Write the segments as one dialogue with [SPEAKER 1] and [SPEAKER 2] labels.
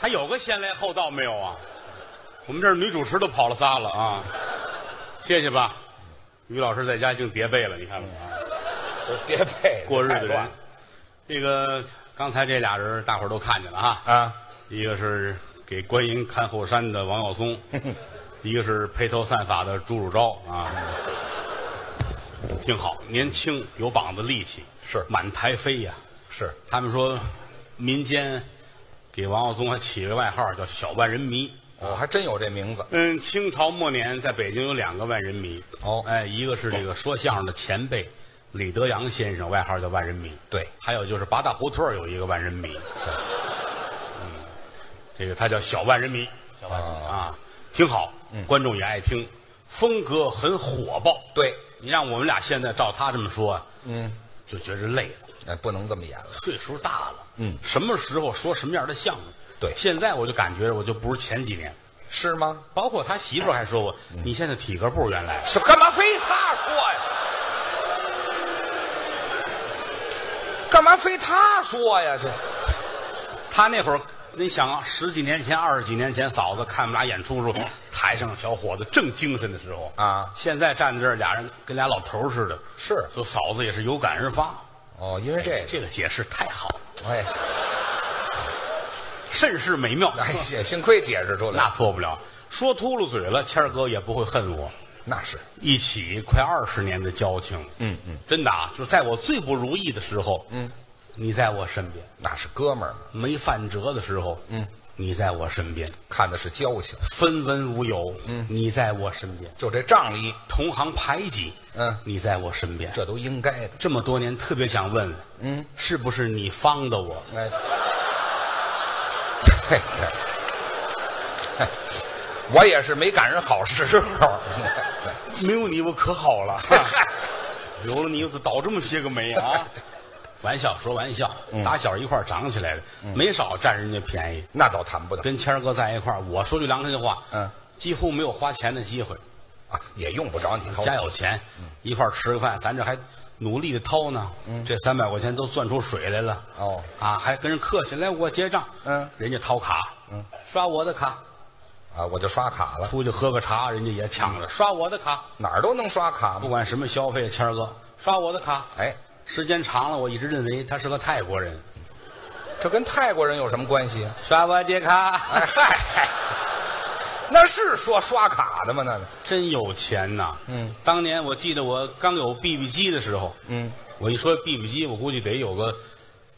[SPEAKER 1] 还有个先来后到没有啊？我们这儿女主持都跑了仨了啊！谢谢吧，于老师在家净叠被了，你看看啊，
[SPEAKER 2] 都 叠被
[SPEAKER 1] 过日子人
[SPEAKER 2] 太乱了。
[SPEAKER 1] 这个刚才这俩人大伙儿都看见了啊，
[SPEAKER 2] 啊，
[SPEAKER 1] 一个是给观音看后山的王耀 松，一个是披头散发的朱汝昭啊，挺好，年轻有膀子力气，
[SPEAKER 2] 是
[SPEAKER 1] 满台飞呀、
[SPEAKER 2] 是
[SPEAKER 1] 他们说，民间给王耀宗还起个外号叫“小万人迷
[SPEAKER 2] 我还真有这名字”。
[SPEAKER 1] 嗯，清朝末年在北京有两个万人迷。
[SPEAKER 2] 哦
[SPEAKER 1] 哎，一个是这个说相声的前辈李德阳先生，外号叫万人迷。
[SPEAKER 2] 对，
[SPEAKER 1] 还有就是八大胡同有一个万人迷。嗯，这个他叫小万人迷。小万人迷
[SPEAKER 2] 哦
[SPEAKER 1] 啊，挺好，观众也爱听，风格很火爆。
[SPEAKER 2] 对，
[SPEAKER 1] 你让我们俩现在照他这么说，
[SPEAKER 2] 嗯，
[SPEAKER 1] 就觉着累了。
[SPEAKER 2] 哎，不能这么演了。
[SPEAKER 1] 岁数大了，
[SPEAKER 2] 嗯，
[SPEAKER 1] 什么时候说什么样的相声？
[SPEAKER 2] 对
[SPEAKER 1] 现在我就感觉我就不如前几年。
[SPEAKER 2] 是吗？
[SPEAKER 1] 包括他媳妇儿还说我，你现在体格不如原来。
[SPEAKER 2] 是干嘛非他说呀？干嘛非他说呀？这
[SPEAKER 1] 他那会儿，你想啊，十几年前、二十几年前，嫂子看我们俩演出的时候，台上小伙子正精神的时候
[SPEAKER 2] 啊
[SPEAKER 1] 现在站在这儿，俩人跟俩老头儿似的。
[SPEAKER 2] 是
[SPEAKER 1] 所以嫂子也是有感而发。
[SPEAKER 2] 哦，因为这
[SPEAKER 1] 这个解释太好了，
[SPEAKER 2] 个，哎，
[SPEAKER 1] 甚是美妙。
[SPEAKER 2] 哎，幸亏解释出来，
[SPEAKER 1] 那错不了，说秃噜嘴了，谦儿哥也不会恨我。
[SPEAKER 2] 那是
[SPEAKER 1] 一起快二十年的交情，嗯嗯，真的啊，就是在我最不如意的时候，嗯，你在我身边；
[SPEAKER 2] 那是哥们儿，
[SPEAKER 1] 没饭辙的时候，嗯，你在我身边；
[SPEAKER 2] 看的是交情，
[SPEAKER 1] 分文无有，嗯，你在我身边；
[SPEAKER 2] 就这仗义，
[SPEAKER 1] 同行排挤，
[SPEAKER 2] 嗯
[SPEAKER 1] 你在我身边。
[SPEAKER 2] 这都应该的。
[SPEAKER 1] 这么多年，特别想问，嗯，是不是你方的我？
[SPEAKER 2] 哎， 嘿，这，嘿我也是没赶上好时候。
[SPEAKER 1] 没有你，我可好 了。
[SPEAKER 2] 嗨，
[SPEAKER 1] 有了你，我倒这么些个霉 啊！玩笑说玩笑，
[SPEAKER 2] 嗯
[SPEAKER 1] 打小一块儿长起来的，没少占人家便宜。
[SPEAKER 2] 那倒谈不到
[SPEAKER 1] 跟谦儿哥在一块儿，我说句良心话，
[SPEAKER 2] 嗯，
[SPEAKER 1] 几乎没有花钱的机会。
[SPEAKER 2] 啊，也用不着你掏
[SPEAKER 1] 家有钱，
[SPEAKER 2] 嗯
[SPEAKER 1] 一块儿吃个饭，咱这还努力的掏呢。这三百块钱都攥出水来了。
[SPEAKER 2] 哦，
[SPEAKER 1] 啊，还跟人客气，来我结账。
[SPEAKER 2] 嗯，
[SPEAKER 1] 人家掏卡，嗯，刷我的卡，
[SPEAKER 2] 啊，我就刷卡了，
[SPEAKER 1] 出去喝个茶，人家也抢
[SPEAKER 2] 嗯
[SPEAKER 1] 着刷我的卡。
[SPEAKER 2] 哪儿都能刷卡
[SPEAKER 1] 不
[SPEAKER 2] 嘛。
[SPEAKER 1] 管什么消费，谦儿哥刷我的卡。
[SPEAKER 2] 哎，
[SPEAKER 1] 时间长了，我一直认为他是个泰国人。
[SPEAKER 2] 这跟泰国人有什么关系 啊？
[SPEAKER 1] 刷我的卡，
[SPEAKER 2] 哎嗨， 那是说刷卡的吗？那个
[SPEAKER 1] 真有钱呐！
[SPEAKER 2] 嗯，
[SPEAKER 1] 当年我记得我刚有 BB 机的时候，嗯，我一说 BB 机，我估计得有个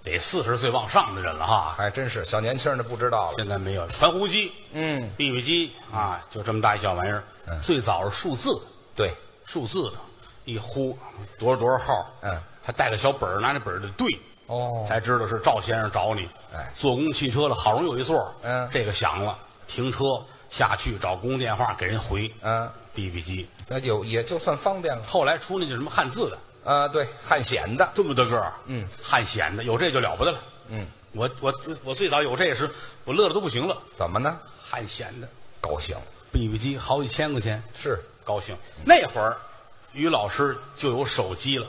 [SPEAKER 1] 得四十岁往上的人了哈。
[SPEAKER 2] 还哎真是小年轻的不知道了。
[SPEAKER 1] 现在没有了，传呼机、
[SPEAKER 2] 嗯，
[SPEAKER 1] BB 机啊，就这么大一小玩意儿。最早是数字，
[SPEAKER 2] 对，
[SPEAKER 1] 数字的，一呼多少多少号，
[SPEAKER 2] 嗯，
[SPEAKER 1] 还带个小本儿，拿那本儿得对，
[SPEAKER 2] 哦，
[SPEAKER 1] 才知道是赵先生找你。
[SPEAKER 2] 哎
[SPEAKER 1] 坐公共汽车了，好容易有一座，
[SPEAKER 2] 嗯
[SPEAKER 1] 这个响了，停车下去找公共电话给人回，
[SPEAKER 2] 嗯，
[SPEAKER 1] ，BB 机。
[SPEAKER 2] 那就也就算方便了。
[SPEAKER 1] 后来出那叫什么汉字的，
[SPEAKER 2] 啊，对，汉显的，
[SPEAKER 1] 这么大个儿，嗯，汉显的，有这就了不得了。
[SPEAKER 2] 嗯，
[SPEAKER 1] 我我我最早有这时，我乐的都不行了。
[SPEAKER 2] 怎么呢？
[SPEAKER 1] 汉显的
[SPEAKER 2] 高兴
[SPEAKER 1] BB 机好几千块钱，
[SPEAKER 2] 是
[SPEAKER 1] 高兴。那会儿，于老师就有手机了，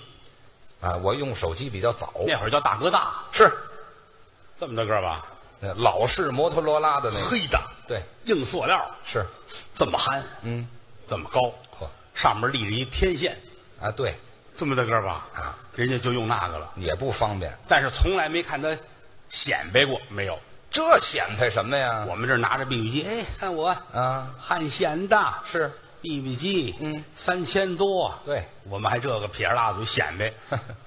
[SPEAKER 2] 啊，我用手机比较早，
[SPEAKER 1] 那会儿叫大哥大，
[SPEAKER 2] 是
[SPEAKER 1] 这么大个儿吧，
[SPEAKER 2] 呃老式摩托罗拉的那个，
[SPEAKER 1] 黑的，
[SPEAKER 2] 对，
[SPEAKER 1] 硬塑料，
[SPEAKER 2] 是
[SPEAKER 1] 这么憨，嗯，这么高
[SPEAKER 2] 嚯，
[SPEAKER 1] 上面立着一天线，
[SPEAKER 2] 啊，对，
[SPEAKER 1] 这么大个儿吧，
[SPEAKER 2] 啊，
[SPEAKER 1] 人家就用那个了，
[SPEAKER 2] 也不方便。
[SPEAKER 1] 但是从来没看他显摆过，没有。
[SPEAKER 2] 这显摆什么呀？
[SPEAKER 1] 我们这儿拿着 BB 机，啊哎，看我
[SPEAKER 2] 啊，
[SPEAKER 1] 汉显大
[SPEAKER 2] 是
[SPEAKER 1] BB 机，
[SPEAKER 2] 嗯，
[SPEAKER 1] 三千多，
[SPEAKER 2] 对，
[SPEAKER 1] 我们还这个撇着大嘴显摆，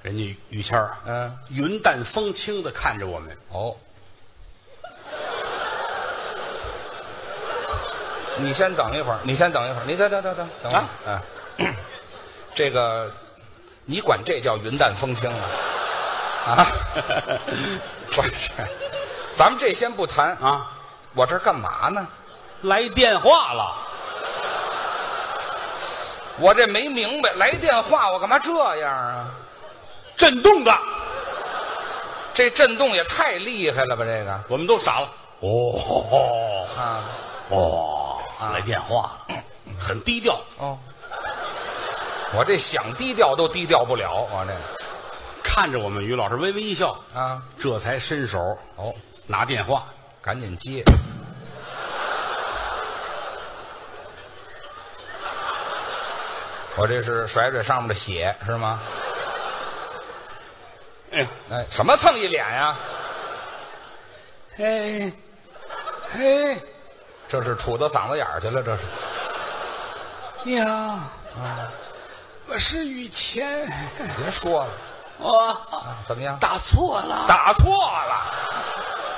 [SPEAKER 1] 人家于谦儿，
[SPEAKER 2] 嗯，
[SPEAKER 1] 云淡风轻的看着我们，
[SPEAKER 2] 哦，你先等一会儿，你先等一会儿，你等等等等等会儿
[SPEAKER 1] 啊
[SPEAKER 2] 啊， 这个你管这叫云淡风轻啊？啊， 我是，咱们这先不谈啊，
[SPEAKER 1] 啊，
[SPEAKER 2] 我这干嘛呢？
[SPEAKER 1] 来电话了，
[SPEAKER 2] 我这没明白，来电话我干嘛这样啊？
[SPEAKER 1] 震动的，
[SPEAKER 2] 这震动也太厉害了吧？这个
[SPEAKER 1] 我们都傻了，哦
[SPEAKER 2] 啊，
[SPEAKER 1] 哦，来电话了，很低调，
[SPEAKER 2] 哦，我这想低调都低调不了，我这个
[SPEAKER 1] 看着我们于老师微微一笑，
[SPEAKER 2] 啊，
[SPEAKER 1] 这才伸手
[SPEAKER 2] 哦，
[SPEAKER 1] 拿电话，
[SPEAKER 2] 赶紧接。我这是甩甩上面的血是吗？
[SPEAKER 1] 哎，
[SPEAKER 2] 哎，什么蹭一脸呀、嘿，嘿，这是杵到嗓子眼儿去了，这是。
[SPEAKER 1] 你好，啊我是雨谦，
[SPEAKER 2] 别说了，啊
[SPEAKER 1] 我
[SPEAKER 2] 怎么样？
[SPEAKER 1] 打错了，
[SPEAKER 2] 哦打错了，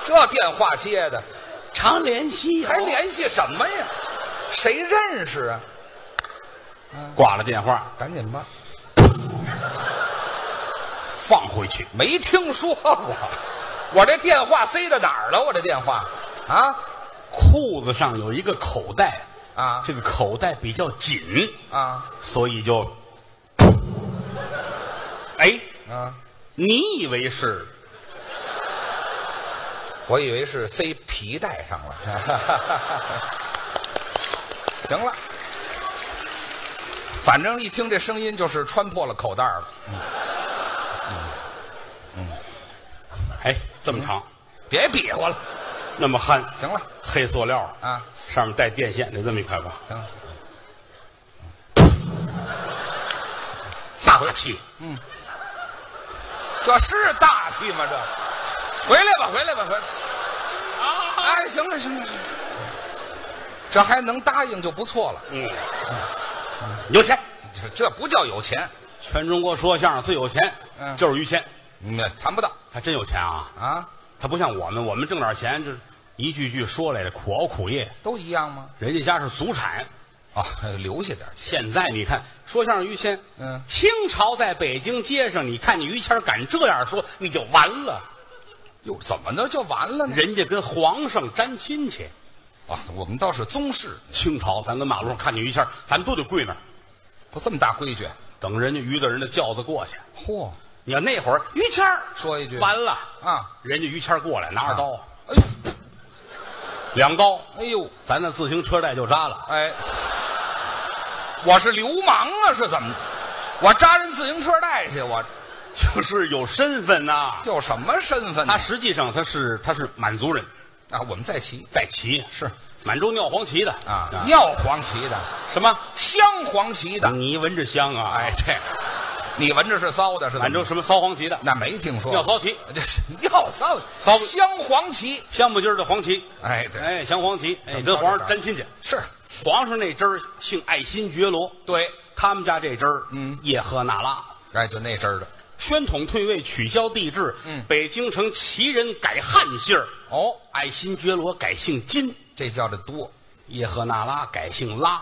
[SPEAKER 2] 这电话接的
[SPEAKER 1] 常联系哦
[SPEAKER 2] 还联系什么呀？谁认识啊？
[SPEAKER 1] 挂了电话，
[SPEAKER 2] 赶紧吧，
[SPEAKER 1] 放回去。
[SPEAKER 2] 没听说过，我这电话塞到哪儿了？我这电话啊
[SPEAKER 1] 裤子上有一个口袋，
[SPEAKER 2] 啊
[SPEAKER 1] 这个口袋比较紧，
[SPEAKER 2] 啊
[SPEAKER 1] 所以就，哎，
[SPEAKER 2] 啊！
[SPEAKER 1] 你以为是？
[SPEAKER 2] 我以为是塞皮带上了。行了，反正一听这声音就是穿破了口袋了。
[SPEAKER 1] 哎，这么长，
[SPEAKER 2] 别比划了，
[SPEAKER 1] 那么憨，
[SPEAKER 2] 嗯行了
[SPEAKER 1] 黑塑料
[SPEAKER 2] 啊，
[SPEAKER 1] 上面带电线的这么一块吧，
[SPEAKER 2] 行了，
[SPEAKER 1] 大气。
[SPEAKER 2] 这是大气吗？这，回来吧，回来吧，回来。
[SPEAKER 1] 啊，
[SPEAKER 2] 哎，行了行了，行了这还能答应就不错了。
[SPEAKER 1] 嗯，有钱，
[SPEAKER 2] 这这不叫有钱，
[SPEAKER 1] 全中国说相声最有钱，
[SPEAKER 2] 嗯
[SPEAKER 1] 就是于谦，
[SPEAKER 2] 那谈不到
[SPEAKER 1] 他真有钱啊！
[SPEAKER 2] 啊，
[SPEAKER 1] 他不像我们，我们挣点钱就是一句句说来的苦熬苦夜，
[SPEAKER 2] 都一样吗？
[SPEAKER 1] 人家家是祖产。
[SPEAKER 2] 啊，留下点钱。
[SPEAKER 1] 现在你看说相声于谦，
[SPEAKER 2] 嗯
[SPEAKER 1] 清朝在北京街上，你看你于谦敢这样说，你就完了。
[SPEAKER 2] 哟，怎么呢？就完了呢？
[SPEAKER 1] 人家跟皇上沾亲戚，
[SPEAKER 2] 啊，我们倒是宗室，
[SPEAKER 1] 清朝咱跟马路上看见于谦，咱都得跪那儿
[SPEAKER 2] 不这么大规矩。
[SPEAKER 1] 等人家于大人的轿子过去。
[SPEAKER 2] 嚯，
[SPEAKER 1] 你要那会儿于谦儿
[SPEAKER 2] 说一句
[SPEAKER 1] 完了，
[SPEAKER 2] 啊，
[SPEAKER 1] 人家于谦儿过来拿着刀，啊
[SPEAKER 2] 哎呦，
[SPEAKER 1] 两刀，
[SPEAKER 2] 哎呦，
[SPEAKER 1] 咱的自行车带就扎了。
[SPEAKER 2] 哎，我是流氓啊，是怎么？我扎人自行车带去，我
[SPEAKER 1] 就是有身份呐、
[SPEAKER 2] 就什么身份呢
[SPEAKER 1] 他？实际上他是他是满族人，
[SPEAKER 2] 啊，我们在骑
[SPEAKER 1] 在旗
[SPEAKER 2] 是
[SPEAKER 1] 满洲尿黄旗的
[SPEAKER 2] 啊，尿黄旗的，
[SPEAKER 1] 什么？
[SPEAKER 2] 镶黄旗的，
[SPEAKER 1] 你闻着香啊！
[SPEAKER 2] 哎，，这你闻着是骚的，是怎么
[SPEAKER 1] 满洲什么骚黄旗的，
[SPEAKER 2] 那没听说
[SPEAKER 1] 尿骚旗，
[SPEAKER 2] 这是尿骚
[SPEAKER 1] 骚
[SPEAKER 2] 镶黄旗。
[SPEAKER 1] 香不筋儿的黄旗，
[SPEAKER 2] 哎，对，
[SPEAKER 1] 哎，镶黄旗，哎，
[SPEAKER 2] 么
[SPEAKER 1] 跟
[SPEAKER 2] 着
[SPEAKER 1] 皇
[SPEAKER 2] 点
[SPEAKER 1] 上
[SPEAKER 2] 儿
[SPEAKER 1] 沾亲戚。
[SPEAKER 2] 是，
[SPEAKER 1] 皇上那支儿姓爱新觉罗，
[SPEAKER 2] 对，
[SPEAKER 1] 他们家这支儿，
[SPEAKER 2] 嗯，
[SPEAKER 1] 叶赫那拉。
[SPEAKER 2] 哎，就那阵儿的。
[SPEAKER 1] 宣统退位，取消帝制，
[SPEAKER 2] 嗯
[SPEAKER 1] 北京城旗人改汉姓儿
[SPEAKER 2] 哦，
[SPEAKER 1] 爱新觉罗改姓金，
[SPEAKER 2] 这叫的多。
[SPEAKER 1] 叶赫那拉改姓拉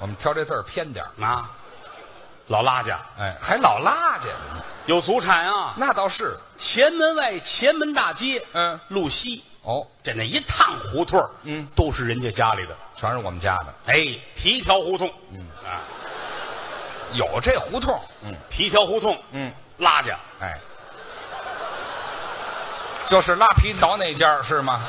[SPEAKER 2] 我们挑这字儿偏点儿。
[SPEAKER 1] 啊，老拉家
[SPEAKER 2] 哎，还老拉去，
[SPEAKER 1] 有祖产啊，
[SPEAKER 2] 那倒是。
[SPEAKER 1] 前门外前门大街，
[SPEAKER 2] 嗯
[SPEAKER 1] 路西，
[SPEAKER 2] 哦，
[SPEAKER 1] 这那一趟胡同儿
[SPEAKER 2] 嗯，
[SPEAKER 1] 都是人家家里的，
[SPEAKER 2] 全是我们家的，
[SPEAKER 1] 哎，皮条胡同，嗯啊，
[SPEAKER 2] 有这胡同。嗯，
[SPEAKER 1] 皮条胡同，
[SPEAKER 2] 嗯，
[SPEAKER 1] 拉家
[SPEAKER 2] 哎，就是拉皮条那家儿是吗？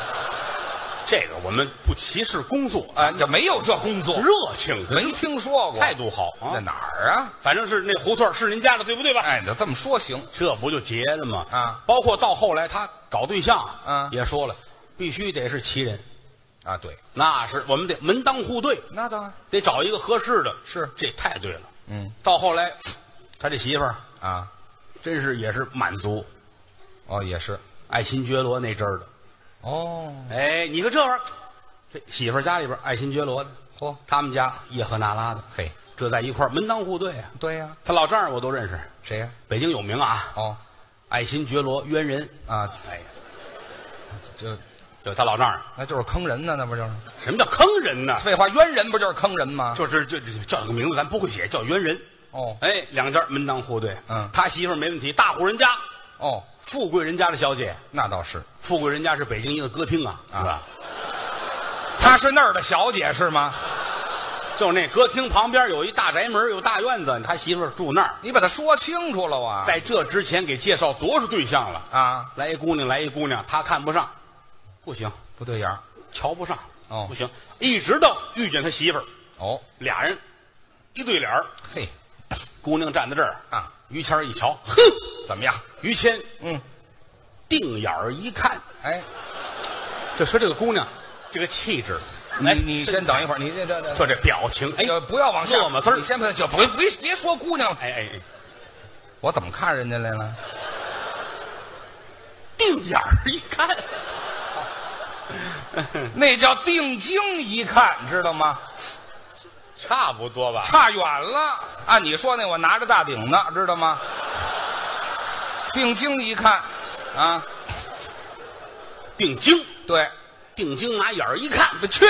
[SPEAKER 1] 这个我们不歧视工作，
[SPEAKER 2] 啊，这没有这工作，
[SPEAKER 1] 热情
[SPEAKER 2] 没听说过。
[SPEAKER 1] 态度好
[SPEAKER 2] 在
[SPEAKER 1] 啊，
[SPEAKER 2] 哪儿啊？
[SPEAKER 1] 反正是那胡同儿是您家的，对不对吧？
[SPEAKER 2] 哎，就这么说行。
[SPEAKER 1] 这不就结了吗？
[SPEAKER 2] 啊，
[SPEAKER 1] 包括到后来他搞对象，
[SPEAKER 2] 嗯
[SPEAKER 1] 也说了，必须得是旗人，
[SPEAKER 2] 啊，对，
[SPEAKER 1] 那是我们得门当户对，
[SPEAKER 2] 那当然
[SPEAKER 1] 得找一个合适的。
[SPEAKER 2] 是
[SPEAKER 1] 这太对了。
[SPEAKER 2] 嗯，
[SPEAKER 1] 到后来，他这媳妇儿
[SPEAKER 2] 啊，
[SPEAKER 1] 真是也是满族，
[SPEAKER 2] 哦，也是，
[SPEAKER 1] 爱新觉罗那阵儿的。
[SPEAKER 2] 哦，
[SPEAKER 1] 哎，你看这玩意儿，这媳妇儿家里边爱新觉罗的，
[SPEAKER 2] 嚯，
[SPEAKER 1] 他们家叶赫那拉的，
[SPEAKER 2] 嘿，
[SPEAKER 1] 这在一块儿门当户对啊。
[SPEAKER 2] 对呀、
[SPEAKER 1] 他老丈人我都认识，
[SPEAKER 2] 谁呀、
[SPEAKER 1] 北京有名啊，
[SPEAKER 2] 哦，
[SPEAKER 1] 爱新觉罗渊人。
[SPEAKER 2] 啊，
[SPEAKER 1] 哎，
[SPEAKER 2] 就
[SPEAKER 1] 就他老丈人，
[SPEAKER 2] 那就是坑人呢，那不就是？
[SPEAKER 1] 什么叫坑人呢？
[SPEAKER 2] 废话，冤人不就是坑人吗？
[SPEAKER 1] 就是就就叫这个名字，咱不会写，叫猿人。
[SPEAKER 2] 哦
[SPEAKER 1] 哎，两家门当户对。
[SPEAKER 2] 嗯
[SPEAKER 1] 他媳妇儿没问题，大户人家，
[SPEAKER 2] 哦，
[SPEAKER 1] 富贵人家的小姐，
[SPEAKER 2] 那倒是，
[SPEAKER 1] 富贵人家是北京一个歌厅啊，
[SPEAKER 2] 啊
[SPEAKER 1] 是吧？
[SPEAKER 2] 她是那儿的小姐是吗？
[SPEAKER 1] 就那歌厅旁边有一大宅门，有大院子，他媳妇儿住那儿。
[SPEAKER 2] 你把她说清楚了啊！
[SPEAKER 1] 在这之前给介绍多少对象了？
[SPEAKER 2] 啊，
[SPEAKER 1] 来一姑娘，来一姑娘，他看不上，不行，
[SPEAKER 2] 不对眼儿
[SPEAKER 1] 瞧不上，
[SPEAKER 2] 哦
[SPEAKER 1] 不行，一直到遇见他媳妇儿，
[SPEAKER 2] 哦，
[SPEAKER 1] 俩人一对脸儿，
[SPEAKER 2] 嘿
[SPEAKER 1] 姑娘站在这儿，
[SPEAKER 2] 啊，
[SPEAKER 1] 于谦儿一瞧，哼，
[SPEAKER 2] 怎么样？
[SPEAKER 1] 于谦
[SPEAKER 2] 嗯，
[SPEAKER 1] 定眼儿一看，
[SPEAKER 2] 哎，
[SPEAKER 1] 就说这个姑娘，这个气质，哎
[SPEAKER 2] 你你先等一会儿，你这这这，
[SPEAKER 1] 就这表情，哎，
[SPEAKER 2] 呃不要往下，
[SPEAKER 1] 唾沫丝儿
[SPEAKER 2] 你先不就不别别说姑娘了，
[SPEAKER 1] 哎哎哎，
[SPEAKER 2] 我怎么看人家来了？
[SPEAKER 1] 定眼儿一看，
[SPEAKER 2] 嗯那叫定睛一看，知道吗？
[SPEAKER 1] 差不多吧？
[SPEAKER 2] 差远了。按你说那，我拿着大顶呢，知道吗？定睛一看，啊，
[SPEAKER 1] 定睛，
[SPEAKER 2] 对，
[SPEAKER 1] 定睛拿眼儿一看，
[SPEAKER 2] 不去，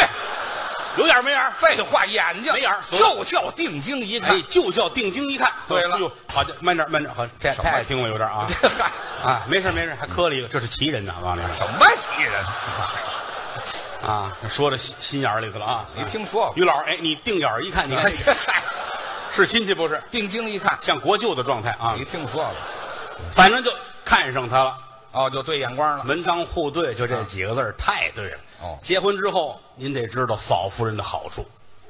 [SPEAKER 1] 有眼儿没眼儿？
[SPEAKER 2] 废话，眼睛
[SPEAKER 1] 没眼儿
[SPEAKER 2] 就叫定睛一看
[SPEAKER 1] 哎。，就叫定睛一看。
[SPEAKER 2] 对了
[SPEAKER 1] 哎呦，好的，慢点慢点，好，
[SPEAKER 2] 这
[SPEAKER 1] 少慢
[SPEAKER 2] 太
[SPEAKER 1] 听我有点 啊
[SPEAKER 2] 嗨，
[SPEAKER 1] 啊，没事没事，还磕了一个，这是奇人呐，往里
[SPEAKER 2] 什么奇人？
[SPEAKER 1] 啊，说到心心眼儿里头了啊。
[SPEAKER 2] 没听说过。
[SPEAKER 1] 于老师，哎，你定眼儿一看，你看这个
[SPEAKER 2] 嗨，
[SPEAKER 1] 是亲戚不是？
[SPEAKER 2] 定睛一看，
[SPEAKER 1] 像国舅的状态啊
[SPEAKER 2] 没，听说过。
[SPEAKER 1] 反正就看上他了。
[SPEAKER 2] 哦，就对眼光了。
[SPEAKER 1] 门当户对，就这几个字儿太对了。
[SPEAKER 2] 哦
[SPEAKER 1] 结婚之后，您得知道嫂夫人的好处，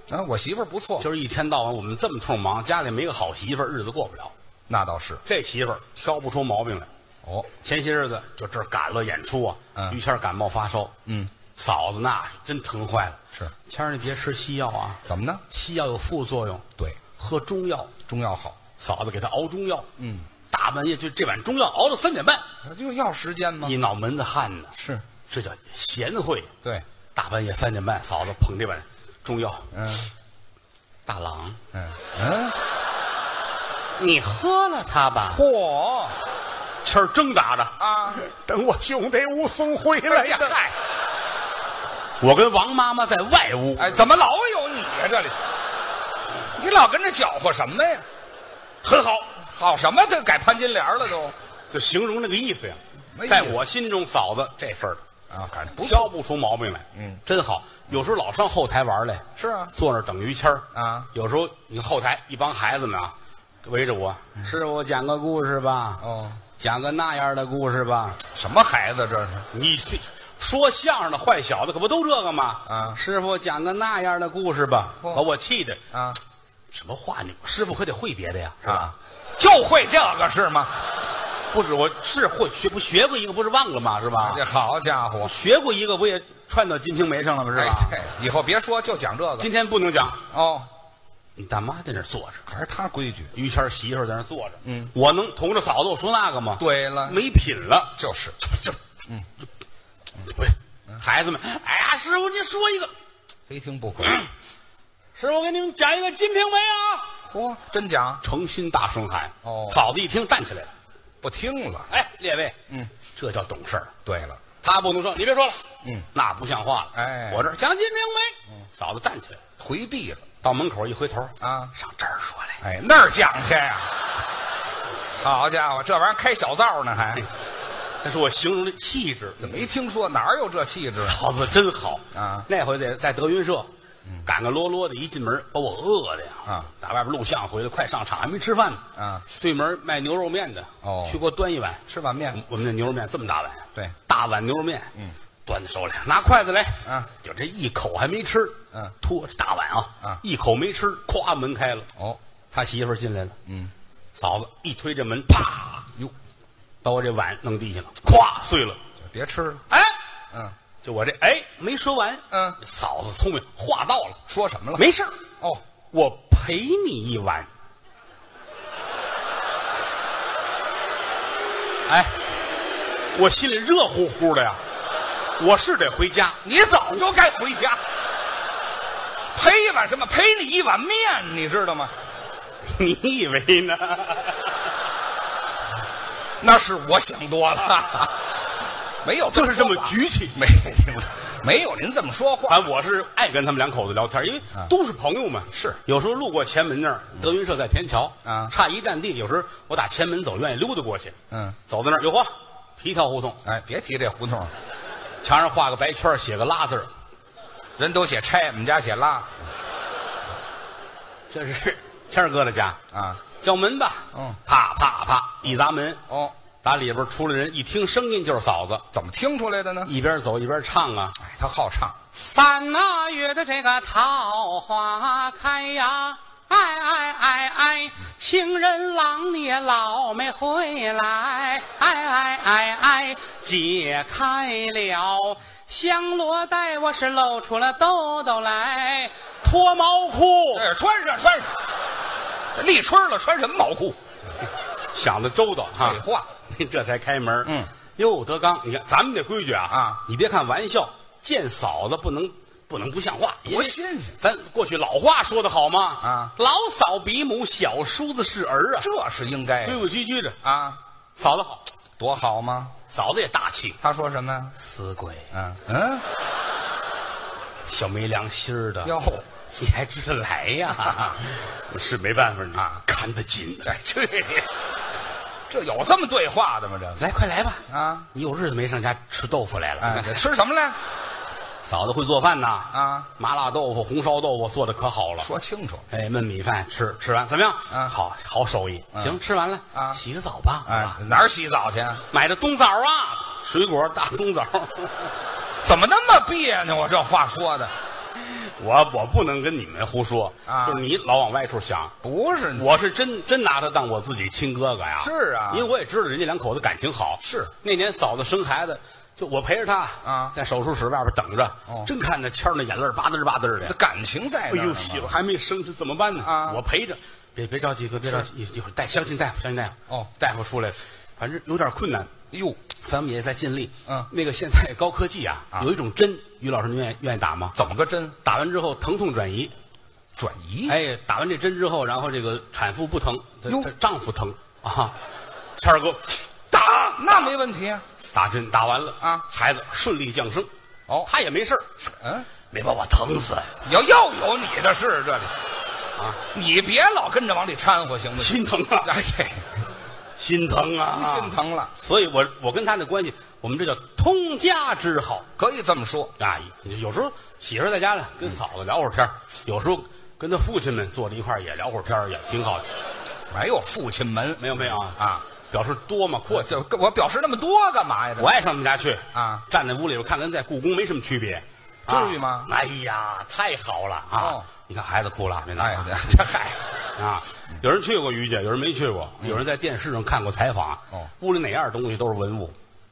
[SPEAKER 2] 啊，我媳妇儿不错，
[SPEAKER 1] 就是一天到晚我们这么通忙，家里没个好媳妇儿，日子过不了。
[SPEAKER 2] 那倒是。
[SPEAKER 1] 这媳妇儿挑不出毛病来。
[SPEAKER 2] 哦，
[SPEAKER 1] 前些日子就这儿赶了演出啊，
[SPEAKER 2] 嗯
[SPEAKER 1] 于谦儿感冒发烧，
[SPEAKER 2] 嗯，
[SPEAKER 1] 嫂子那是真疼坏了。
[SPEAKER 2] 是
[SPEAKER 1] 谦儿，你别吃西药啊，
[SPEAKER 2] 怎么呢？
[SPEAKER 1] 西药有副作用，
[SPEAKER 2] 对，
[SPEAKER 1] 喝中药。
[SPEAKER 2] 中药好，
[SPEAKER 1] 嫂子给他熬中药，嗯，大半夜就这碗中药熬到三点半，
[SPEAKER 2] 那就要时间吗
[SPEAKER 1] 一？脑门子汗呢。
[SPEAKER 2] 是，
[SPEAKER 1] 这叫贤惠。啊
[SPEAKER 2] 对，
[SPEAKER 1] 大半夜三点半，嫂子捧这碗中药，
[SPEAKER 2] 嗯
[SPEAKER 1] 大郎，
[SPEAKER 2] 嗯嗯，
[SPEAKER 1] 你喝了它吧。
[SPEAKER 2] 嚯
[SPEAKER 1] 谦儿挣扎 着，
[SPEAKER 2] 啊！
[SPEAKER 1] 等我兄弟武松回
[SPEAKER 2] 哎
[SPEAKER 1] 来
[SPEAKER 2] 呀
[SPEAKER 1] 的。
[SPEAKER 2] 嗨，
[SPEAKER 1] 我跟王妈妈在外屋，
[SPEAKER 2] 哎，怎么老有你呀、这里，你老跟着搅和什么呀？
[SPEAKER 1] 很好，
[SPEAKER 2] 好什么？都改潘金莲了都
[SPEAKER 1] 就形容那个意思呀
[SPEAKER 2] 没意。思
[SPEAKER 1] 在我心中，嫂子这份儿
[SPEAKER 2] 啊，反正不
[SPEAKER 1] 挑不出毛病来，
[SPEAKER 2] 嗯，
[SPEAKER 1] 真好。有时候老上后台玩来，
[SPEAKER 2] 是啊，
[SPEAKER 1] 坐那儿等于谦儿
[SPEAKER 2] 啊。
[SPEAKER 1] 有时候你看后台一帮孩子们啊，围着我，师傅讲个故事吧，
[SPEAKER 2] 嗯哦，
[SPEAKER 1] 讲个那样的故事吧。
[SPEAKER 2] 什么孩子这是？
[SPEAKER 1] 你这说相声的坏小子可不都这个吗？
[SPEAKER 2] 啊
[SPEAKER 1] 师傅讲个那样的故事吧，
[SPEAKER 2] 嚯
[SPEAKER 1] 把我气的。
[SPEAKER 2] 啊，
[SPEAKER 1] 什么话你师傅可得会别的呀，是
[SPEAKER 2] 是吧？
[SPEAKER 1] 吧？
[SPEAKER 2] 就会这个是吗？
[SPEAKER 1] 不是，我是会学，不学过一个不是忘了吗？是吧？
[SPEAKER 2] 这好家伙！
[SPEAKER 1] 学过一个不也串到《金瓶梅》上了吗？是
[SPEAKER 2] 哎
[SPEAKER 1] 吧？，
[SPEAKER 2] 这以后别说，就讲这个
[SPEAKER 1] 今天不能讲，
[SPEAKER 2] 哦。
[SPEAKER 1] 你大妈在那儿坐着，
[SPEAKER 2] 还是他规矩。
[SPEAKER 1] 于谦儿媳妇儿在那儿坐着，
[SPEAKER 2] 嗯，
[SPEAKER 1] 我能同着嫂子我说那个吗？，
[SPEAKER 2] 对了，
[SPEAKER 1] 没品了。
[SPEAKER 2] 就是
[SPEAKER 1] 这，嗯，喂，孩子们，哎呀，师傅您说一个，
[SPEAKER 2] 非听不可。
[SPEAKER 1] 师傅给你们讲一个《金瓶梅》啊。
[SPEAKER 2] 嚯，真讲
[SPEAKER 1] 诚心大声喊。
[SPEAKER 2] 哦
[SPEAKER 1] 嫂子一听站起来了，
[SPEAKER 2] 不听了。
[SPEAKER 1] 哎，列位，
[SPEAKER 2] 嗯，
[SPEAKER 1] 这叫懂事儿。
[SPEAKER 2] 对了，
[SPEAKER 1] 他不能说，你别说了，
[SPEAKER 2] 嗯，
[SPEAKER 1] 那不像话了。
[SPEAKER 2] 哎
[SPEAKER 1] 我这儿讲《金瓶梅》，嫂子站起来，
[SPEAKER 2] 回避了。
[SPEAKER 1] 到门口一回头，
[SPEAKER 2] 啊
[SPEAKER 1] 上这儿说来，
[SPEAKER 2] 哎，那儿讲去呀、好家伙，这玩意儿开小灶呢
[SPEAKER 1] 哎
[SPEAKER 2] 还，
[SPEAKER 1] 这是我形容的气质。
[SPEAKER 2] 没听说哪儿有这气质啊？
[SPEAKER 1] 嫂子真好
[SPEAKER 2] 啊嗯
[SPEAKER 1] 那回在在德云社，赶个啰啰的，一进门把我饿的呀
[SPEAKER 2] 啊！
[SPEAKER 1] 打外边录像回来，快上场还没吃饭呢
[SPEAKER 2] 啊！
[SPEAKER 1] 对门卖牛肉面的
[SPEAKER 2] 哦
[SPEAKER 1] 去给我端一碗。
[SPEAKER 2] 吃碗面，
[SPEAKER 1] 我们那牛肉面这么大碗，啊
[SPEAKER 2] 对，
[SPEAKER 1] 大碗牛肉面，嗯，端在手里，拿筷子来，
[SPEAKER 2] 嗯，
[SPEAKER 1] 就这一口还没吃，
[SPEAKER 2] 嗯，
[SPEAKER 1] 托着大碗啊，
[SPEAKER 2] 嗯
[SPEAKER 1] 一口没吃，咵门开了，
[SPEAKER 2] 哦，
[SPEAKER 1] 他媳妇儿进来了，
[SPEAKER 2] 嗯，
[SPEAKER 1] 嫂子一推这门，啪，
[SPEAKER 2] 哟，
[SPEAKER 1] 把我这碗弄地下了，咵碎了，
[SPEAKER 2] 别吃了。
[SPEAKER 1] 哎，
[SPEAKER 2] 嗯，
[SPEAKER 1] 就我这哎没说完，
[SPEAKER 2] 嗯
[SPEAKER 1] 嫂子聪明，话到了，
[SPEAKER 2] 说什么了？
[SPEAKER 1] 没事儿
[SPEAKER 2] 哦，
[SPEAKER 1] 我陪你一碗。哎，我心里热乎乎的呀，我是得回家。
[SPEAKER 2] 你早就该回家。赔一碗什么？赔你一碗面，你知道吗？
[SPEAKER 1] 你以为呢？
[SPEAKER 2] 那是我想多了， 没有，
[SPEAKER 1] 就是这么
[SPEAKER 2] 绝，
[SPEAKER 1] 局气。
[SPEAKER 2] 没听说，没有您这么说话。
[SPEAKER 1] 反正我是爱跟他们两口子聊天，因为都是朋友嘛。
[SPEAKER 2] 啊是
[SPEAKER 1] 有时候路过前门那儿，德云社在天桥
[SPEAKER 2] 啊
[SPEAKER 1] 差一站地。有时候我打前门走，愿意溜达过去。
[SPEAKER 2] 嗯，
[SPEAKER 1] 走到那儿，有嚯，皮条胡同，
[SPEAKER 2] 哎，别提这胡同了，
[SPEAKER 1] 墙上画个白圈，写个拉字儿，
[SPEAKER 2] 人都写拆，我们家写拉
[SPEAKER 1] 这是谦儿哥的家。
[SPEAKER 2] 啊。
[SPEAKER 1] 叫门吧，
[SPEAKER 2] 嗯
[SPEAKER 1] 啪啪啪一砸门，
[SPEAKER 2] 哦，
[SPEAKER 1] 打里边出来人，一听声音就是嫂子，
[SPEAKER 2] 怎么听出来的呢？
[SPEAKER 1] 一边走一边唱啊，
[SPEAKER 2] 哎，他好唱，
[SPEAKER 1] 三那月的这个桃花开呀，
[SPEAKER 3] 哎哎哎哎，情人郎你也老没回来，哎哎哎哎，解开了香罗带，我是露出了兜兜来，脱毛裤，
[SPEAKER 2] 哎，穿上穿上，这立春了穿什么毛裤？
[SPEAKER 1] 想的周到哈
[SPEAKER 2] 废，话，
[SPEAKER 1] 您 这才开门。
[SPEAKER 2] 嗯，
[SPEAKER 1] 哟，德刚，你看咱们这规矩啊
[SPEAKER 2] 啊，
[SPEAKER 1] 你别看玩笑，见嫂子不能不能不像话，因
[SPEAKER 2] 多
[SPEAKER 1] 为
[SPEAKER 2] 新鲜！
[SPEAKER 1] 咱过去老话说的好吗？
[SPEAKER 2] 啊，
[SPEAKER 1] 老嫂比母，小叔子是儿啊，
[SPEAKER 2] 这是应该
[SPEAKER 1] 规规矩矩的。
[SPEAKER 2] 啊，
[SPEAKER 1] 嫂子好，
[SPEAKER 2] 多好吗？
[SPEAKER 1] 嫂子也大气，
[SPEAKER 2] 他说什么呀？
[SPEAKER 1] 死鬼，
[SPEAKER 2] 嗯嗯，
[SPEAKER 1] 小没良心儿的，
[SPEAKER 2] 哟，
[SPEAKER 1] 你还知道来呀？ 我是没办法你
[SPEAKER 2] 啊
[SPEAKER 1] 看得紧。 哎，这
[SPEAKER 2] 这有这么对话的吗？这
[SPEAKER 1] 来，快来吧！
[SPEAKER 2] 啊，
[SPEAKER 1] 你有日子没上家吃豆腐来了。
[SPEAKER 2] 哎，这吃什么来？
[SPEAKER 1] 嫂子会做饭呐，
[SPEAKER 2] 啊，
[SPEAKER 1] 麻辣豆腐、红烧豆腐做的可好了。
[SPEAKER 2] 说清楚。
[SPEAKER 1] 哎，焖米饭吃吃完怎么样？
[SPEAKER 2] 啊
[SPEAKER 1] 好好手艺。行，吃完了
[SPEAKER 2] 啊
[SPEAKER 1] 洗个澡吧。
[SPEAKER 2] 哎
[SPEAKER 1] 啊，
[SPEAKER 2] 哪儿洗澡去？
[SPEAKER 1] 买的冬枣啊，水果大冬 枣。
[SPEAKER 2] 怎么那么别扭啊？这话说的
[SPEAKER 1] 我我不能跟你们胡说，
[SPEAKER 2] 啊
[SPEAKER 1] 就是你老往外处想。
[SPEAKER 2] 不是你
[SPEAKER 1] 我是真真拿他当我自己亲哥哥呀。
[SPEAKER 2] 是啊
[SPEAKER 1] 因为我也知道人家两口子感情好。
[SPEAKER 2] 是
[SPEAKER 1] 那年嫂子生孩子，就我陪着她
[SPEAKER 2] 啊
[SPEAKER 1] 在手术室外边等着
[SPEAKER 2] 哦，
[SPEAKER 1] 真看着谦儿那眼泪儿吧嘚儿吧嘚儿的。
[SPEAKER 2] 感情在
[SPEAKER 1] 哎
[SPEAKER 2] 那儿
[SPEAKER 1] 呦，
[SPEAKER 2] 呢
[SPEAKER 1] 媳妇还没生，这怎么办呢？
[SPEAKER 2] 啊
[SPEAKER 1] 我陪着，别别着急，哥，别着急，一一会儿大相信大夫，相信大夫。
[SPEAKER 2] 哦
[SPEAKER 1] 大夫出来了，反正有点困难，
[SPEAKER 2] 哟，
[SPEAKER 1] 咱们也在尽力。
[SPEAKER 2] 嗯
[SPEAKER 1] 那个现在高科技啊，有一种针，于老师您愿意愿意打吗？
[SPEAKER 2] 怎么个针？
[SPEAKER 1] 打完之后疼痛转移，
[SPEAKER 2] 转移？
[SPEAKER 1] 哎，打完这针之后，然后这个产妇不疼，她
[SPEAKER 2] 哟
[SPEAKER 1] 她丈夫疼啊。谦儿哥，打
[SPEAKER 2] 那没问题啊。
[SPEAKER 1] 打针打完了
[SPEAKER 2] 啊
[SPEAKER 1] 孩子顺利降生，
[SPEAKER 2] 哦
[SPEAKER 1] 他也没事儿，
[SPEAKER 2] 嗯，
[SPEAKER 1] 没把我疼死，
[SPEAKER 2] 有又有你的事这里啊！你别老跟着往里掺和，行不行？
[SPEAKER 1] 心疼啊，
[SPEAKER 2] 哎，嘿
[SPEAKER 1] 心疼啊，
[SPEAKER 2] 心疼了，
[SPEAKER 1] 所以我我跟他的关系，我们这叫通家之好。
[SPEAKER 2] 可以这么说。
[SPEAKER 1] 啊，有时候媳妇儿在家呢，跟嫂子聊会儿天儿有时候跟他父亲们坐在一块儿也聊会儿天儿也挺好的。
[SPEAKER 2] 没有父亲门，
[SPEAKER 1] 没有没有啊
[SPEAKER 2] 啊！
[SPEAKER 1] 表示多嘛阔
[SPEAKER 2] 我
[SPEAKER 1] 气。
[SPEAKER 2] 就我表示那么多干嘛呀？这
[SPEAKER 1] 我爱上他们家去
[SPEAKER 2] 呃啊，
[SPEAKER 1] 站在屋里边看，跟在故宫没什么区别。
[SPEAKER 2] 至
[SPEAKER 1] 啊
[SPEAKER 2] 于吗
[SPEAKER 1] 哎呀，太好了
[SPEAKER 2] 哦
[SPEAKER 1] 啊！你看孩子哭了，没呢
[SPEAKER 2] 哎，这嗨，
[SPEAKER 1] 啊，有人去过于家，有人没去过，有人在电视上看过采访。
[SPEAKER 2] 嗯哦
[SPEAKER 1] 屋里哪样东西都是文物。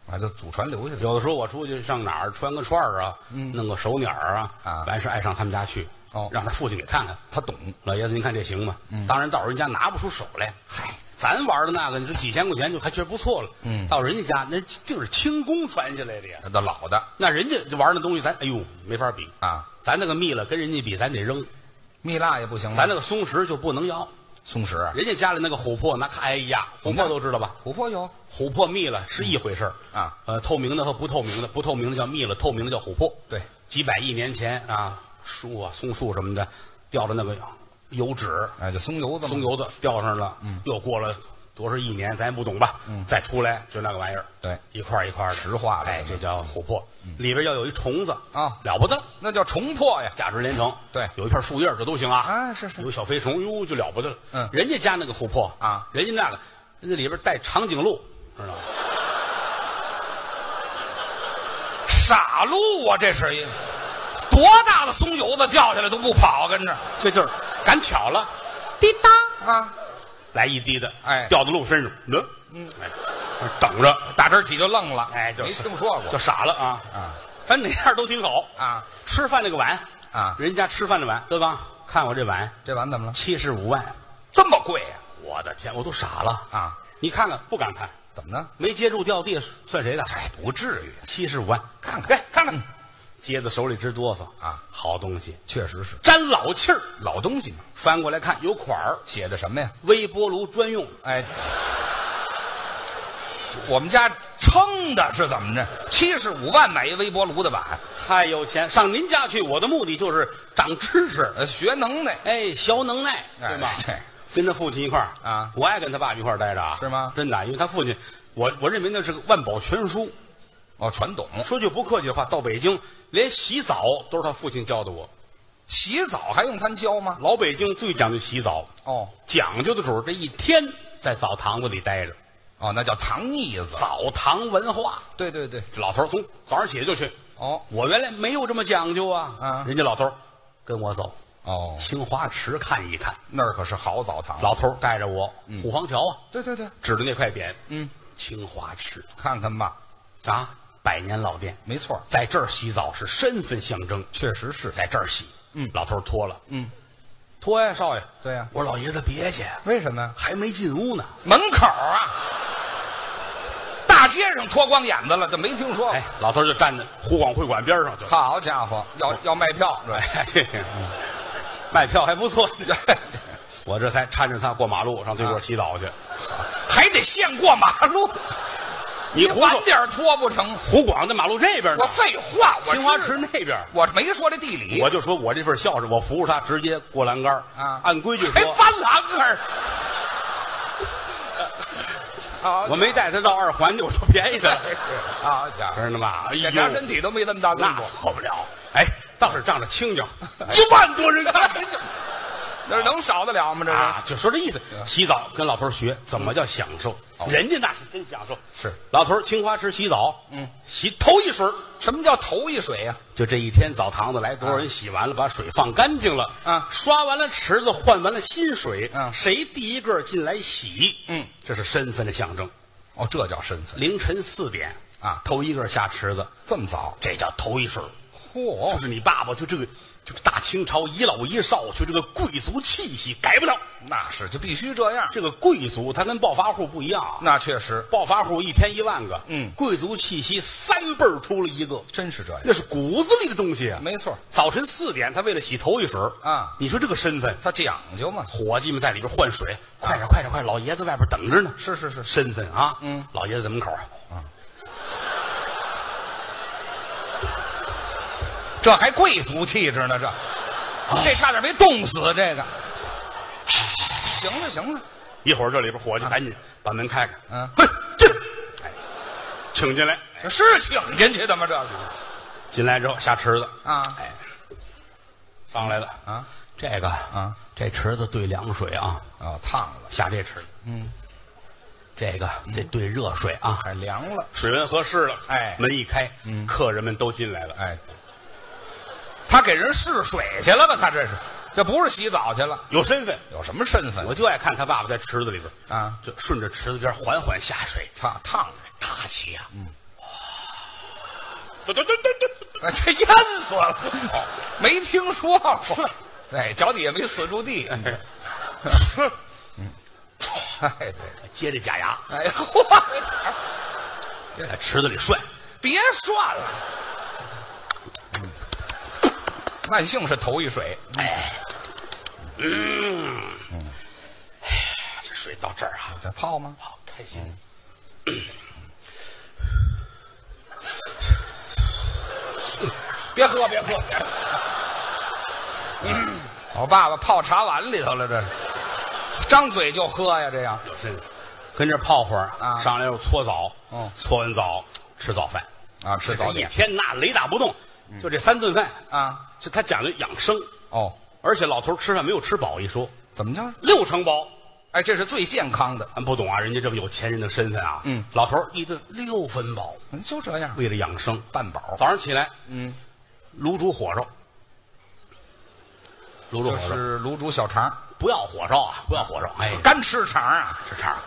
[SPEAKER 2] 啊，就祖传留下的。
[SPEAKER 1] 有的时候我出去上哪儿穿个串儿啊，弄个手鸟儿啊，
[SPEAKER 2] 嗯啊
[SPEAKER 1] 完事儿爱上他们家去，
[SPEAKER 2] 哦嗯
[SPEAKER 1] 让他父亲给看看。
[SPEAKER 2] 他懂，
[SPEAKER 1] 老爷子，您看这行吗？当然到人家拿不出手来，嗨，咱玩的那个，你说几千块钱就还觉得不错了。
[SPEAKER 2] 嗯
[SPEAKER 1] 到人家家那就是清宫传下来的呀，
[SPEAKER 2] 他的老的
[SPEAKER 1] 那人家就玩那东西，咱哎呦没法比。
[SPEAKER 2] 啊，
[SPEAKER 1] 咱那个蜜了跟人家比，咱得
[SPEAKER 2] 嗯
[SPEAKER 1] 扔；
[SPEAKER 2] 蜜蜡也不行吗？
[SPEAKER 1] 咱那个松石就不能摇。
[SPEAKER 2] 松石啊，
[SPEAKER 1] 人家家里那个琥珀，那看哎呀，琥珀都知道吧？
[SPEAKER 2] 琥珀有
[SPEAKER 1] 琥珀蜜了是一回事儿
[SPEAKER 2] 嗯啊，
[SPEAKER 1] 呃，透明的和不透明的，不透明的叫蜜了，透明的叫琥珀。
[SPEAKER 2] 对，
[SPEAKER 1] 几百亿年前啊，树啊、松树什么的，掉的那个油脂，
[SPEAKER 2] 哎，就松油子嘛，
[SPEAKER 1] 松油子掉上了，嗯，又过了多少亿年，咱也不懂吧，嗯，再出来就那个玩意儿，
[SPEAKER 2] 对
[SPEAKER 1] 一块儿一块儿的
[SPEAKER 2] 石化的
[SPEAKER 1] 哎，这叫琥珀，里边要有一虫子
[SPEAKER 2] 嗯啊
[SPEAKER 1] 了不得，
[SPEAKER 2] 那叫重破呀。
[SPEAKER 1] 价值连城，
[SPEAKER 2] 对
[SPEAKER 1] 有一片树叶儿这都行啊，
[SPEAKER 2] 啊是是
[SPEAKER 1] 有小飞虫，哟就了不得了，
[SPEAKER 2] 嗯
[SPEAKER 1] 人家家那个琥珀
[SPEAKER 2] 啊
[SPEAKER 1] 人家那个，人家里边带长颈鹿，知道吗？
[SPEAKER 2] 傻路啊，这是一多大的松油子掉下来都不跑，跟着
[SPEAKER 1] 这就是赶巧了，
[SPEAKER 3] 滴答，
[SPEAKER 2] 啊，
[SPEAKER 1] 来一滴的，
[SPEAKER 2] 哎
[SPEAKER 1] 掉到鹿身上，嗯嗯，哎，等着，
[SPEAKER 2] 打这儿起就愣了，
[SPEAKER 1] 哎，就
[SPEAKER 2] 没听说
[SPEAKER 1] 就
[SPEAKER 2] 过
[SPEAKER 1] 傻了啊，
[SPEAKER 2] 啊
[SPEAKER 1] 反正哪样都挺好
[SPEAKER 2] 啊，
[SPEAKER 1] 吃饭那个碗
[SPEAKER 2] 啊
[SPEAKER 1] 人家吃饭的碗，德刚，看我这碗
[SPEAKER 2] 这碗怎么了？
[SPEAKER 1] 七十五万，
[SPEAKER 2] 这么贵呀？
[SPEAKER 1] 我的天，我都傻了！
[SPEAKER 2] 啊，
[SPEAKER 1] 你看看，不敢看，
[SPEAKER 2] 怎么呢？
[SPEAKER 1] 没接住掉地算谁的？
[SPEAKER 2] 哎，不至于，
[SPEAKER 1] 七十五万，
[SPEAKER 2] 看看看看，
[SPEAKER 1] 接在手里直哆嗦
[SPEAKER 2] 啊！
[SPEAKER 1] 好东西，
[SPEAKER 2] 嗯确实是
[SPEAKER 1] 沾老气儿，
[SPEAKER 2] 老东西嘛，
[SPEAKER 1] 翻过来看有款儿，
[SPEAKER 2] 写的什么呀？
[SPEAKER 1] 微波炉专用，
[SPEAKER 2] 哎，我们家撑的是怎么着？七十五万买一微波炉的碗，
[SPEAKER 1] 太有钱！上您家去，我的目的就是长知识，
[SPEAKER 2] 呃，学能耐
[SPEAKER 1] 哎，学能耐，
[SPEAKER 2] 哎
[SPEAKER 1] 对吧？
[SPEAKER 2] 对
[SPEAKER 1] 跟他父亲一块儿
[SPEAKER 2] 啊
[SPEAKER 1] 我爱跟他爸一块儿待着啊，
[SPEAKER 2] 是吗
[SPEAKER 1] 真的，因为他父亲，我我认为那是个万宝全书。
[SPEAKER 2] 哦，传统。
[SPEAKER 1] 说句不客气的话，到北京连洗澡都是他父亲教的我。
[SPEAKER 2] 洗澡还用他教吗？
[SPEAKER 1] 老北京最讲究洗澡，
[SPEAKER 2] 哦
[SPEAKER 1] 讲究的主儿这一天在澡堂子里待着，
[SPEAKER 2] 哦，那叫糖腻子。
[SPEAKER 1] 澡堂文化。
[SPEAKER 2] 对对对，
[SPEAKER 1] 老头儿从早上起来就去，
[SPEAKER 2] 哦，
[SPEAKER 1] 我原来没有这么讲究啊。
[SPEAKER 2] 啊
[SPEAKER 1] 人家老头儿跟我走，
[SPEAKER 2] 哦，
[SPEAKER 1] 清华池看一看。
[SPEAKER 2] 那儿可是好澡堂。
[SPEAKER 1] 老头儿带着我，虎坊桥啊，
[SPEAKER 2] 对对对，
[SPEAKER 1] 指着那块匾，
[SPEAKER 2] 嗯，
[SPEAKER 1] 清华池
[SPEAKER 2] 看看吧，
[SPEAKER 1] 啊，百年老店，
[SPEAKER 2] 没错，
[SPEAKER 1] 在这儿洗澡是身份象征，
[SPEAKER 2] 确实是。
[SPEAKER 1] 在这儿洗。
[SPEAKER 2] 嗯
[SPEAKER 1] 老头儿脱了，
[SPEAKER 2] 嗯，
[SPEAKER 1] 脱呀，少爷。
[SPEAKER 2] 对呀
[SPEAKER 1] 我说老爷子别去，
[SPEAKER 2] 为什么呀？
[SPEAKER 1] 还没进屋呢。
[SPEAKER 2] 门口啊，大街上脱光眼子了，这没听说过。
[SPEAKER 1] 哎，老头儿就站在湖广会馆边上就，
[SPEAKER 2] 好家伙，要要卖票，对，
[SPEAKER 1] 哎，这个卖票还不错。 我这才搀着他过马路，上
[SPEAKER 2] 啊
[SPEAKER 1] 对过洗澡去。
[SPEAKER 2] 还得先过马路，
[SPEAKER 1] 你胡
[SPEAKER 2] 晚
[SPEAKER 1] 说，
[SPEAKER 2] 点脱不成？
[SPEAKER 1] 湖广在马路这边呢
[SPEAKER 2] 我，废话，我
[SPEAKER 1] 清华
[SPEAKER 2] 知
[SPEAKER 1] 池那边。
[SPEAKER 2] 我没说这地理，
[SPEAKER 1] 我就说我这份孝顺，我扶着他直接过栏杆儿
[SPEAKER 2] 啊
[SPEAKER 1] 按规矩
[SPEAKER 2] 还
[SPEAKER 1] 说，
[SPEAKER 2] 翻栏杆儿。好
[SPEAKER 1] 我没带他到二环去，我就便宜他了，
[SPEAKER 2] 好啊家伙，
[SPEAKER 1] 知道吗？哎呦
[SPEAKER 2] 检查身体都没这么大动
[SPEAKER 1] 那
[SPEAKER 2] 作，
[SPEAKER 1] 错不了。哎，倒是仗着清净，
[SPEAKER 2] 一万多人看，这这能少得了吗？这是
[SPEAKER 1] 啊，就说这意思。洗澡跟老头儿学怎么叫享受，人家那是真享受。
[SPEAKER 2] 哦是
[SPEAKER 1] 老头儿清华池洗澡，
[SPEAKER 2] 嗯，
[SPEAKER 1] 洗头一水儿
[SPEAKER 2] 什么叫头一水呀？
[SPEAKER 1] 就这一天澡堂子来多少人洗完了，把水放干净了，
[SPEAKER 2] 嗯啊
[SPEAKER 1] 刷完了池子，换完了新水，
[SPEAKER 2] 嗯
[SPEAKER 1] 谁第一个进来洗，
[SPEAKER 2] 嗯，
[SPEAKER 1] 这是身份的象征。
[SPEAKER 2] 哦，这叫身份，
[SPEAKER 1] 凌晨四点
[SPEAKER 2] 啊
[SPEAKER 1] 头一个下池子，
[SPEAKER 2] 这么早？
[SPEAKER 1] 这叫头一水。
[SPEAKER 2] 嚯哦
[SPEAKER 1] 就，是你爸爸，就这个，就是大清朝一老一少，就这个贵族气息改不了。
[SPEAKER 2] 那是就必须这样，
[SPEAKER 1] 这个贵族他跟暴发户不一样啊，
[SPEAKER 2] 那确实
[SPEAKER 1] 暴发户一天一万个，
[SPEAKER 2] 嗯
[SPEAKER 1] 贵族气息三辈儿出了一个，
[SPEAKER 2] 真是这样，
[SPEAKER 1] 那是骨子里的东西啊。
[SPEAKER 2] 没错，
[SPEAKER 1] 早晨四点，他为了洗头一水儿
[SPEAKER 2] 啊
[SPEAKER 1] 你说这个身份，
[SPEAKER 2] 他讲究嘛。
[SPEAKER 1] 伙计们在里边换水，快点快点快，老爷子外边等着呢。
[SPEAKER 2] 是是是
[SPEAKER 1] 身份啊，
[SPEAKER 2] 嗯，
[SPEAKER 1] 老爷子在门口啊，
[SPEAKER 2] 这还贵族气质呢，这、这差点没冻死这个。行了行了，
[SPEAKER 1] 一会儿这里边伙计赶紧把门开开，
[SPEAKER 2] 啊嗯
[SPEAKER 1] 嘿，进，哎请进来。
[SPEAKER 2] 这是请进去的吗？这是
[SPEAKER 1] 进来之后下池子，
[SPEAKER 2] 啊
[SPEAKER 1] 哎，上来了
[SPEAKER 2] 啊，
[SPEAKER 1] 这个
[SPEAKER 2] 啊，
[SPEAKER 1] 这池子兑凉水啊，
[SPEAKER 2] 哦，烫了
[SPEAKER 1] 下这池子，嗯，这个
[SPEAKER 2] 嗯
[SPEAKER 1] 这兑热水啊，
[SPEAKER 2] 还凉了，
[SPEAKER 1] 水温合适了，
[SPEAKER 2] 哎
[SPEAKER 1] 门一开，客人们都进来了，
[SPEAKER 2] 哎，他给人试水去了吧？他这是，这不是洗澡去了，
[SPEAKER 1] 有身份，
[SPEAKER 2] 有什么身份
[SPEAKER 1] 我就爱看他爸爸在池子里边
[SPEAKER 2] 啊
[SPEAKER 1] 就顺着池子边缓缓下水，
[SPEAKER 2] 烫烫了，
[SPEAKER 1] 大气呀，嗯，哇，嘟嘟嘟嘟嘟，
[SPEAKER 2] 哎这淹死了，哦没听说过。哎，脚底下没死住地。哎，对，
[SPEAKER 1] 接着假牙
[SPEAKER 2] 哎嚯，
[SPEAKER 1] 在池子里涮，
[SPEAKER 2] 别涮了。万幸是头一水，
[SPEAKER 1] 这水到这儿啊，
[SPEAKER 2] 这泡吗？
[SPEAKER 1] 好开心。
[SPEAKER 2] 别喝，别喝。嗯我爸爸泡茶碗里头了，这是张嘴就喝呀，这样
[SPEAKER 1] 真的跟这泡会儿
[SPEAKER 2] 啊
[SPEAKER 1] 上来又搓澡，
[SPEAKER 2] 哦
[SPEAKER 1] 搓完澡吃早饭，
[SPEAKER 2] 啊，吃早
[SPEAKER 1] 一
[SPEAKER 2] 点
[SPEAKER 1] 天那雷打不动，就这三顿饭，
[SPEAKER 2] 嗯啊。
[SPEAKER 1] 就他讲究养生，
[SPEAKER 2] 哦，
[SPEAKER 1] 而且老头儿吃饭没有吃饱一说，
[SPEAKER 2] 怎么着？
[SPEAKER 1] 六成饱。
[SPEAKER 2] 哎，这是最健康的，
[SPEAKER 1] 咱不懂啊，人家这么有钱人的身份啊，
[SPEAKER 2] 嗯，
[SPEAKER 1] 老头儿一顿六分饱，
[SPEAKER 2] 嗯就这样，
[SPEAKER 1] 为了养生，
[SPEAKER 2] 半饱。
[SPEAKER 1] 早上起来
[SPEAKER 2] 嗯，
[SPEAKER 1] 卤煮火烧，卤煮
[SPEAKER 2] 这
[SPEAKER 1] 火烧，
[SPEAKER 2] 是卤煮小肠，
[SPEAKER 1] 不要火烧啊，不要火烧，哎，
[SPEAKER 2] 干吃肠啊。
[SPEAKER 1] 这肠，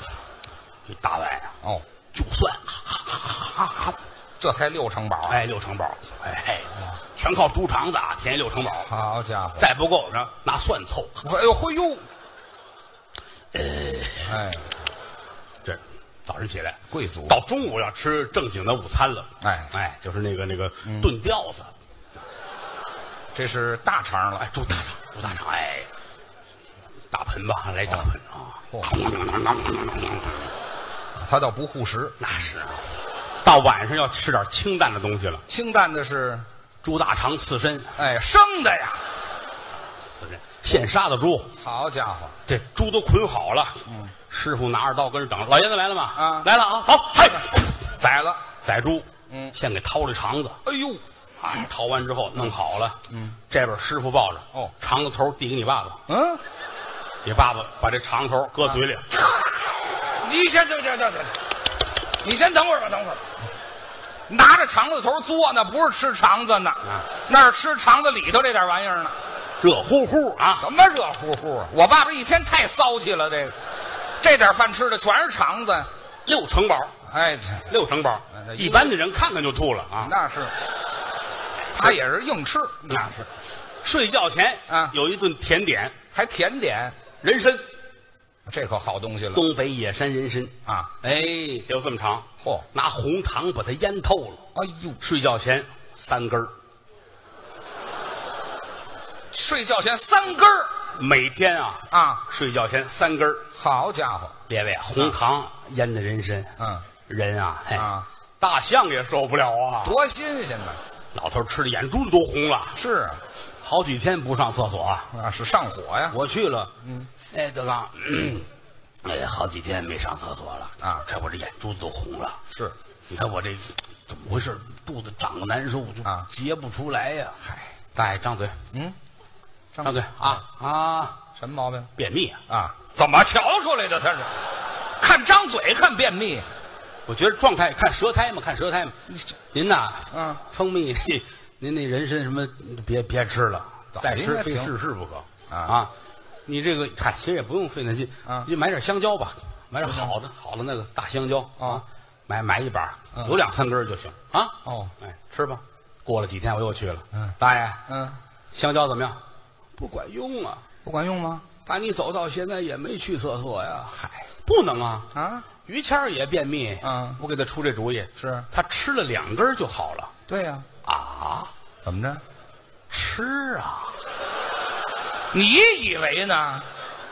[SPEAKER 1] 一大碗啊
[SPEAKER 2] 哦，
[SPEAKER 1] 就蒜，哈哈哈哈哈哈。
[SPEAKER 2] 这才六成饱。啊
[SPEAKER 1] 哎，六成饱，哎嘿，
[SPEAKER 2] 哦
[SPEAKER 1] 全靠猪肠子啊，填六成饱，
[SPEAKER 2] 好家伙！
[SPEAKER 1] 再不够呢，拿蒜凑，
[SPEAKER 2] 哎呦，嘿呦，哎，
[SPEAKER 1] 这早晨起来。
[SPEAKER 2] 贵族
[SPEAKER 1] 到中午要吃正经的午餐了，
[SPEAKER 2] 哎嗯
[SPEAKER 1] 哎，就是那个那个炖吊子，
[SPEAKER 2] 这是大肠了。
[SPEAKER 1] 哎
[SPEAKER 2] 哎，，
[SPEAKER 1] 猪大肠，猪大肠，哎，大盆吧，来大盆啊，
[SPEAKER 2] 哦他啊倒不护食，
[SPEAKER 1] 那是啊，到晚上要吃点清淡的东西了，
[SPEAKER 2] 清淡的是
[SPEAKER 1] 猪大肠刺身，
[SPEAKER 2] 哎生的呀。
[SPEAKER 1] 刺身现杀的猪，
[SPEAKER 2] 好家伙！
[SPEAKER 1] 这猪都捆好了，师傅拿着刀跟着等，老爷子来了吗？
[SPEAKER 2] 嗯啊
[SPEAKER 1] 来了啊，走，嗨，
[SPEAKER 2] 宰了。
[SPEAKER 1] 宰猪，
[SPEAKER 2] 嗯
[SPEAKER 1] 先给掏了肠子，
[SPEAKER 2] 哎呦，
[SPEAKER 1] 啊，掏完之后弄好了，嗯，这边师傅抱着，
[SPEAKER 2] 哦
[SPEAKER 1] 肠子头递给你爸爸，
[SPEAKER 2] 嗯，
[SPEAKER 1] 你爸爸把这肠头搁嘴里，
[SPEAKER 2] 啊你先等等等等，你先等会儿吧，等会儿吧。拿着肠子头嘬呢，不是吃肠子呢，
[SPEAKER 1] 啊
[SPEAKER 2] 那是吃肠子里头这点玩意儿呢。
[SPEAKER 1] 热乎乎啊！
[SPEAKER 2] 什么热乎乎啊！我爸爸一天太骚气了，这个，这点饭吃的全是肠子。
[SPEAKER 1] 六成饱，
[SPEAKER 2] 哎，这
[SPEAKER 1] 六成饱
[SPEAKER 2] 那那，
[SPEAKER 1] 一般的人看看就吐了啊！
[SPEAKER 2] 那是，他也是硬吃，
[SPEAKER 1] 那是，睡觉前
[SPEAKER 2] 啊
[SPEAKER 1] 有一顿甜点，
[SPEAKER 2] 还甜点，
[SPEAKER 1] 人参，
[SPEAKER 2] 这可好东西了
[SPEAKER 1] 东北野山人参，
[SPEAKER 2] 啊！
[SPEAKER 1] 哎，有这么长，
[SPEAKER 2] 嚯，
[SPEAKER 1] 拿红糖把它腌透了，
[SPEAKER 2] 哎呦，
[SPEAKER 1] 睡觉前三根儿，
[SPEAKER 2] 睡觉前三根儿
[SPEAKER 1] 每天啊，
[SPEAKER 2] 啊，
[SPEAKER 1] 睡觉前三根儿，
[SPEAKER 2] 好家伙，
[SPEAKER 1] 列位啊，红糖腌的人参，
[SPEAKER 2] 嗯，
[SPEAKER 1] 人啊，嘿
[SPEAKER 2] 啊，
[SPEAKER 1] 大象也受不了啊，
[SPEAKER 2] 多新鲜呐！
[SPEAKER 1] 老头吃的眼珠子都红了，
[SPEAKER 2] 是啊，
[SPEAKER 1] 好几天不上厕所啊。
[SPEAKER 2] 啊是上火呀，
[SPEAKER 1] 我去了，嗯，哎，德刚，咳哎，好几天没上厕所了
[SPEAKER 2] 啊
[SPEAKER 1] 看我这眼珠子都红了。
[SPEAKER 2] 是，
[SPEAKER 1] 你看我这怎么回事？肚子胀得难受，就
[SPEAKER 2] 啊
[SPEAKER 1] 结不出来呀、嗨，大爷，张嘴，
[SPEAKER 2] 嗯，
[SPEAKER 1] 张嘴啊啊！
[SPEAKER 2] 什么毛病
[SPEAKER 1] 便秘啊！
[SPEAKER 2] 啊？怎么瞧出来的？他是看张嘴看便秘，
[SPEAKER 1] 我觉得状态看舌苔嘛，看舌苔嘛。您呐，
[SPEAKER 2] 嗯，
[SPEAKER 1] 蜂蜜， 嘿您那人参什么别别吃了，
[SPEAKER 2] 早
[SPEAKER 1] 再
[SPEAKER 2] 应
[SPEAKER 1] 吃
[SPEAKER 2] 该
[SPEAKER 1] 非
[SPEAKER 2] 停
[SPEAKER 1] 试试不可
[SPEAKER 2] 啊
[SPEAKER 1] 你这个嗨，其实也不用费那劲，
[SPEAKER 2] 啊
[SPEAKER 1] 你就买点香蕉吧，买点好的好的那个大香蕉
[SPEAKER 2] 啊，
[SPEAKER 1] 买买一把
[SPEAKER 2] 嗯，
[SPEAKER 1] 有两三根儿就行啊。
[SPEAKER 2] 哦，
[SPEAKER 1] 哎，吃吧。过了几天我又去了，
[SPEAKER 2] 嗯，
[SPEAKER 1] 大爷，
[SPEAKER 2] 嗯，
[SPEAKER 1] 香蕉怎么样？不管用啊！
[SPEAKER 2] 不管用吗？
[SPEAKER 1] 打你走到现在也没去厕所呀。嗨，不能啊！
[SPEAKER 2] 啊，
[SPEAKER 1] 于谦儿也便秘，
[SPEAKER 2] 嗯
[SPEAKER 1] 我给他出这主意，
[SPEAKER 2] 是
[SPEAKER 1] 他吃了两根儿就好了
[SPEAKER 2] 对呀、
[SPEAKER 1] 啊，
[SPEAKER 2] 怎么着？
[SPEAKER 1] 吃啊，
[SPEAKER 2] 你以为呢？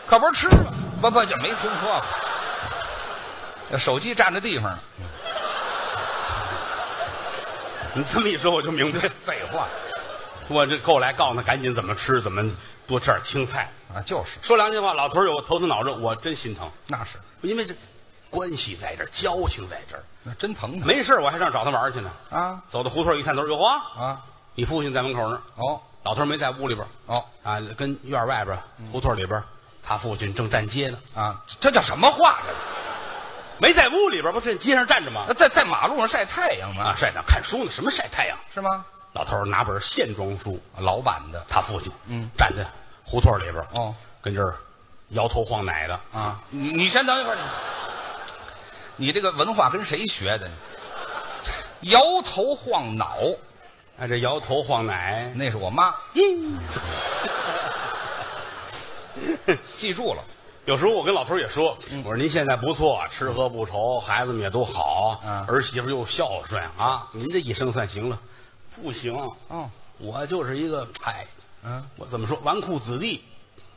[SPEAKER 2] 可不是吃了，不不就没听说过。手机占着地方，
[SPEAKER 1] 你这么一说我就明白，
[SPEAKER 2] 废话
[SPEAKER 1] 我这后来告诉他赶紧怎么吃，怎么多吃点青菜。
[SPEAKER 2] 啊，就是
[SPEAKER 1] 说良心话，老头儿有头疼脑热，我真心疼，
[SPEAKER 2] 那是，
[SPEAKER 1] 因为这关系在这儿，交情在这儿，
[SPEAKER 2] 那真疼他
[SPEAKER 1] 没事儿我还上找他玩儿去呢。
[SPEAKER 2] 啊
[SPEAKER 1] 走到胡同儿一探头，哟呵，
[SPEAKER 2] 啊
[SPEAKER 1] 你父亲在门口呢，
[SPEAKER 2] 哦
[SPEAKER 1] 老头儿没在屋里边儿
[SPEAKER 2] 哦嗯
[SPEAKER 1] 啊，跟院儿外边儿胡同儿里边儿，他父亲正站街呢，
[SPEAKER 2] 啊，这叫什么话？
[SPEAKER 1] 没在屋里边儿，不是街上站着吗
[SPEAKER 2] 这？在在马路上晒太阳呢、
[SPEAKER 1] 啊，晒太阳看书呢，什么晒太阳？
[SPEAKER 2] 是吗？
[SPEAKER 1] 老头儿拿本线装书，
[SPEAKER 2] 老板的
[SPEAKER 1] 他父亲嗯站在胡同里边儿
[SPEAKER 2] 哦，
[SPEAKER 1] 跟这儿摇头晃脑的，
[SPEAKER 2] 啊，你你先等一会儿，你你这个文化跟谁学的呢？摇头晃脑，
[SPEAKER 1] 哎，这摇头晃脑，
[SPEAKER 2] 那是我妈，记住了
[SPEAKER 1] 有时候我跟老头儿也说，我说您现在不错，吃喝不愁，孩子们也都好，
[SPEAKER 2] 嗯
[SPEAKER 1] 儿媳妇又孝顺啊，您这一生算行了，不行，
[SPEAKER 2] 哦，
[SPEAKER 1] 我就是一个哎，
[SPEAKER 2] 嗯，
[SPEAKER 1] 我怎么说纨绔子弟，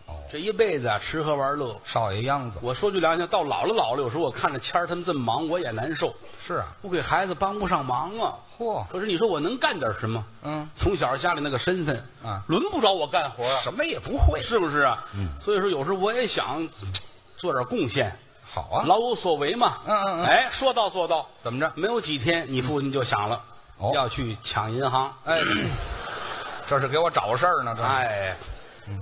[SPEAKER 2] 哦
[SPEAKER 1] 这一辈子啊吃喝玩乐。
[SPEAKER 2] 少爷样子
[SPEAKER 1] 我说句良心，到老了老了，有时候我看着谦儿他们这么忙，我也难受。
[SPEAKER 2] 是啊，
[SPEAKER 1] 我给孩子帮不上忙啊。
[SPEAKER 2] 嚯
[SPEAKER 1] 可是你说我能干点什么？
[SPEAKER 2] 嗯，
[SPEAKER 1] 从小家里那个身份
[SPEAKER 2] 啊
[SPEAKER 1] 轮不着我干活啊，
[SPEAKER 2] 什么也不会，
[SPEAKER 1] 是不是啊？嗯，所以说有时候我也想做点贡献，
[SPEAKER 2] 好啊，
[SPEAKER 1] 老有所为嘛。
[SPEAKER 2] 嗯嗯嗯
[SPEAKER 1] 哎，说到做到，
[SPEAKER 2] 怎么着？
[SPEAKER 1] 没有几天，你父亲就想了，
[SPEAKER 2] 哦
[SPEAKER 1] 要去抢银行。
[SPEAKER 2] 哎， 这是给我找事儿呢，这
[SPEAKER 1] 哎，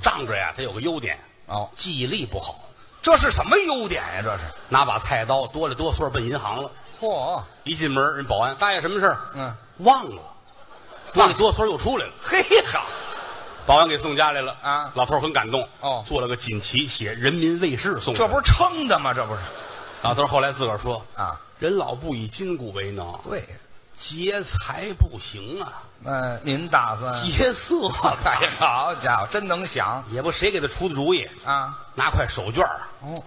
[SPEAKER 1] 仗着呀，他有个优点，
[SPEAKER 2] 哦，
[SPEAKER 1] 记忆力不好，
[SPEAKER 2] 这是什么优点呀、这是，
[SPEAKER 1] 拿把菜刀哆里哆嗦奔银行了。
[SPEAKER 2] 嚯，
[SPEAKER 1] 一进门，人保安大爷什么事儿？
[SPEAKER 2] 嗯，
[SPEAKER 1] 忘了，哆里哆嗦又出来了。
[SPEAKER 2] 嘿哈，
[SPEAKER 1] 保安给送家来了
[SPEAKER 2] 啊
[SPEAKER 1] 老头儿很感动
[SPEAKER 2] 哦
[SPEAKER 1] 做了个锦旗，写“人民卫士”送。
[SPEAKER 2] 这不是撑的吗？这不是
[SPEAKER 1] 老头儿后来自个儿说
[SPEAKER 2] 啊，
[SPEAKER 1] 人老不以筋骨为能，
[SPEAKER 2] 对，
[SPEAKER 1] 劫财不行啊，
[SPEAKER 2] 呃，您打算？
[SPEAKER 1] 劫色啊
[SPEAKER 2] 哎，好家伙，真能想
[SPEAKER 1] 也不谁给他出的主意，
[SPEAKER 2] 啊！
[SPEAKER 1] 拿块手绢儿
[SPEAKER 2] 哦，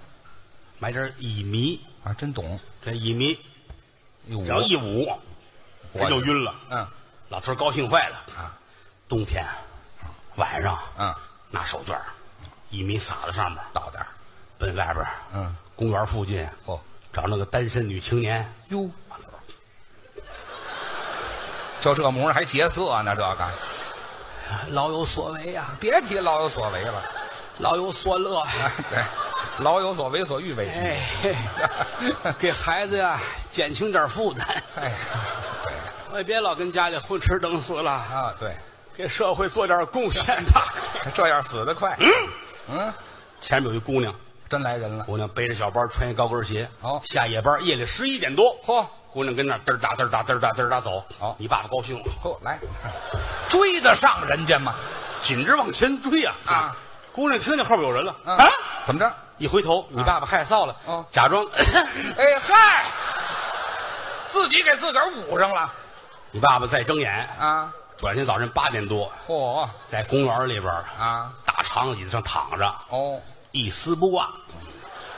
[SPEAKER 1] 买点乙醚，
[SPEAKER 2] 啊，真懂。
[SPEAKER 1] 这乙醚
[SPEAKER 2] 我
[SPEAKER 1] 只要一捂，人就晕了。
[SPEAKER 2] 嗯
[SPEAKER 1] 老头儿高兴坏了
[SPEAKER 2] 啊！
[SPEAKER 1] 冬天晚上，
[SPEAKER 2] 嗯，
[SPEAKER 1] 拿手绢儿乙醚撒在上面，
[SPEAKER 2] 倒点儿
[SPEAKER 1] 奔外边儿
[SPEAKER 2] 嗯，
[SPEAKER 1] 公园附近
[SPEAKER 2] 嚯
[SPEAKER 1] 找那个单身女青年。
[SPEAKER 2] 哟，就这模样还劫色呢？这个
[SPEAKER 1] 老有所为呀、
[SPEAKER 2] 别提老有所为了，
[SPEAKER 1] 老有所乐。
[SPEAKER 2] 对，老有所为所欲为。
[SPEAKER 1] 哎，嘿哎 给孩子呀、减轻点负担，
[SPEAKER 2] 哎，对
[SPEAKER 1] 哎，别老跟家里混吃等死了，
[SPEAKER 2] 啊，对，
[SPEAKER 1] 给社会做点贡献 吧。
[SPEAKER 2] 这样死得快。嗯，
[SPEAKER 1] 前面有一姑娘，
[SPEAKER 2] 真来人了。
[SPEAKER 1] 姑娘背着小包，穿一高跟鞋，
[SPEAKER 2] 哦
[SPEAKER 1] 下夜班，夜里十一点多，
[SPEAKER 2] 嚯
[SPEAKER 1] 姑娘跟那儿嘚儿哒嘚儿哒嘚儿哒嘚儿哒走。
[SPEAKER 2] 哦
[SPEAKER 1] 你爸爸高兴了，
[SPEAKER 2] 嚯，来，追得上人家吗？
[SPEAKER 1] 紧着往前追呀
[SPEAKER 2] 啊！
[SPEAKER 1] 姑娘听见后边有人了
[SPEAKER 2] 嗯
[SPEAKER 1] 啊，
[SPEAKER 2] 怎么着？
[SPEAKER 1] 一回头，你爸爸害臊了，
[SPEAKER 2] 哦
[SPEAKER 1] 假装，
[SPEAKER 2] 哎嗨，自己给自个儿捂上了
[SPEAKER 1] 你爸爸再睁眼，
[SPEAKER 2] 啊！
[SPEAKER 1] 转天早晨八点多，
[SPEAKER 2] 嚯
[SPEAKER 1] 在公园里边儿，
[SPEAKER 2] 啊！
[SPEAKER 1] 大长椅子上躺着，
[SPEAKER 2] 哦，
[SPEAKER 1] 一丝不挂。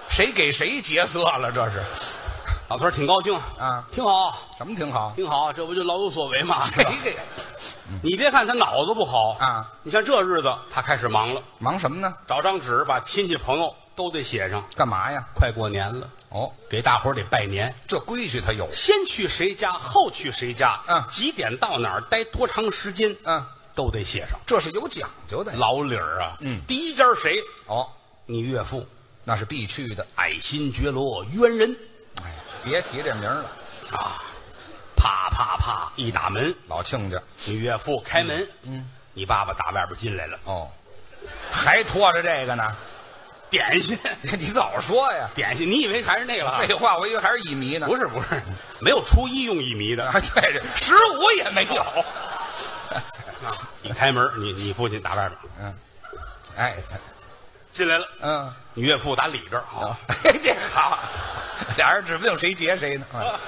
[SPEAKER 2] 谁给谁劫色了？这是
[SPEAKER 1] 老头儿挺高兴
[SPEAKER 2] 啊
[SPEAKER 1] 挺好，
[SPEAKER 2] 什么挺好？
[SPEAKER 1] 挺好，这不就老有所为吗？
[SPEAKER 2] 谁给
[SPEAKER 1] 你别看他脑子不好
[SPEAKER 2] 啊，
[SPEAKER 1] 你像这日子，他开始忙了，
[SPEAKER 2] 忙什么呢？
[SPEAKER 1] 找张纸把亲戚朋友都得写上。
[SPEAKER 2] 干嘛呀？
[SPEAKER 1] 快过年了，
[SPEAKER 2] 哦，
[SPEAKER 1] 给大伙儿得拜年，
[SPEAKER 2] 这规矩他有。
[SPEAKER 1] 先去谁家，后去谁家，
[SPEAKER 2] 嗯
[SPEAKER 1] 几点到哪儿，待多长时间，
[SPEAKER 2] 嗯，
[SPEAKER 1] 都得写上。
[SPEAKER 2] 这是有讲究的。
[SPEAKER 1] 老理儿啊，
[SPEAKER 2] 嗯
[SPEAKER 1] 第一家谁？
[SPEAKER 2] 哦，
[SPEAKER 1] 你岳父，
[SPEAKER 2] 那是必去的。
[SPEAKER 1] 爱新觉罗冤人
[SPEAKER 2] 哎，别提这名儿了，
[SPEAKER 1] 啊！啪啪啪，一打门，
[SPEAKER 2] 老亲家。
[SPEAKER 1] 你岳父开门，嗯，你爸爸打外边进来了，
[SPEAKER 2] 哦，还拖着这个呢？
[SPEAKER 1] 点心，
[SPEAKER 2] 你早说呀！
[SPEAKER 1] 点心，你以为还是那个了？
[SPEAKER 2] 废话，我以为啊还是乙醚呢。
[SPEAKER 1] 不是不是，没有初一用一米的。
[SPEAKER 2] 啊，对，对十五 也没有。
[SPEAKER 1] 你开门，你你父亲打外边
[SPEAKER 2] 嗯，哎，
[SPEAKER 1] 进来了，
[SPEAKER 2] 嗯，啊
[SPEAKER 1] 你岳父打里边儿好，
[SPEAKER 2] 嘿， 这好，俩人指不定谁劫谁呢。啊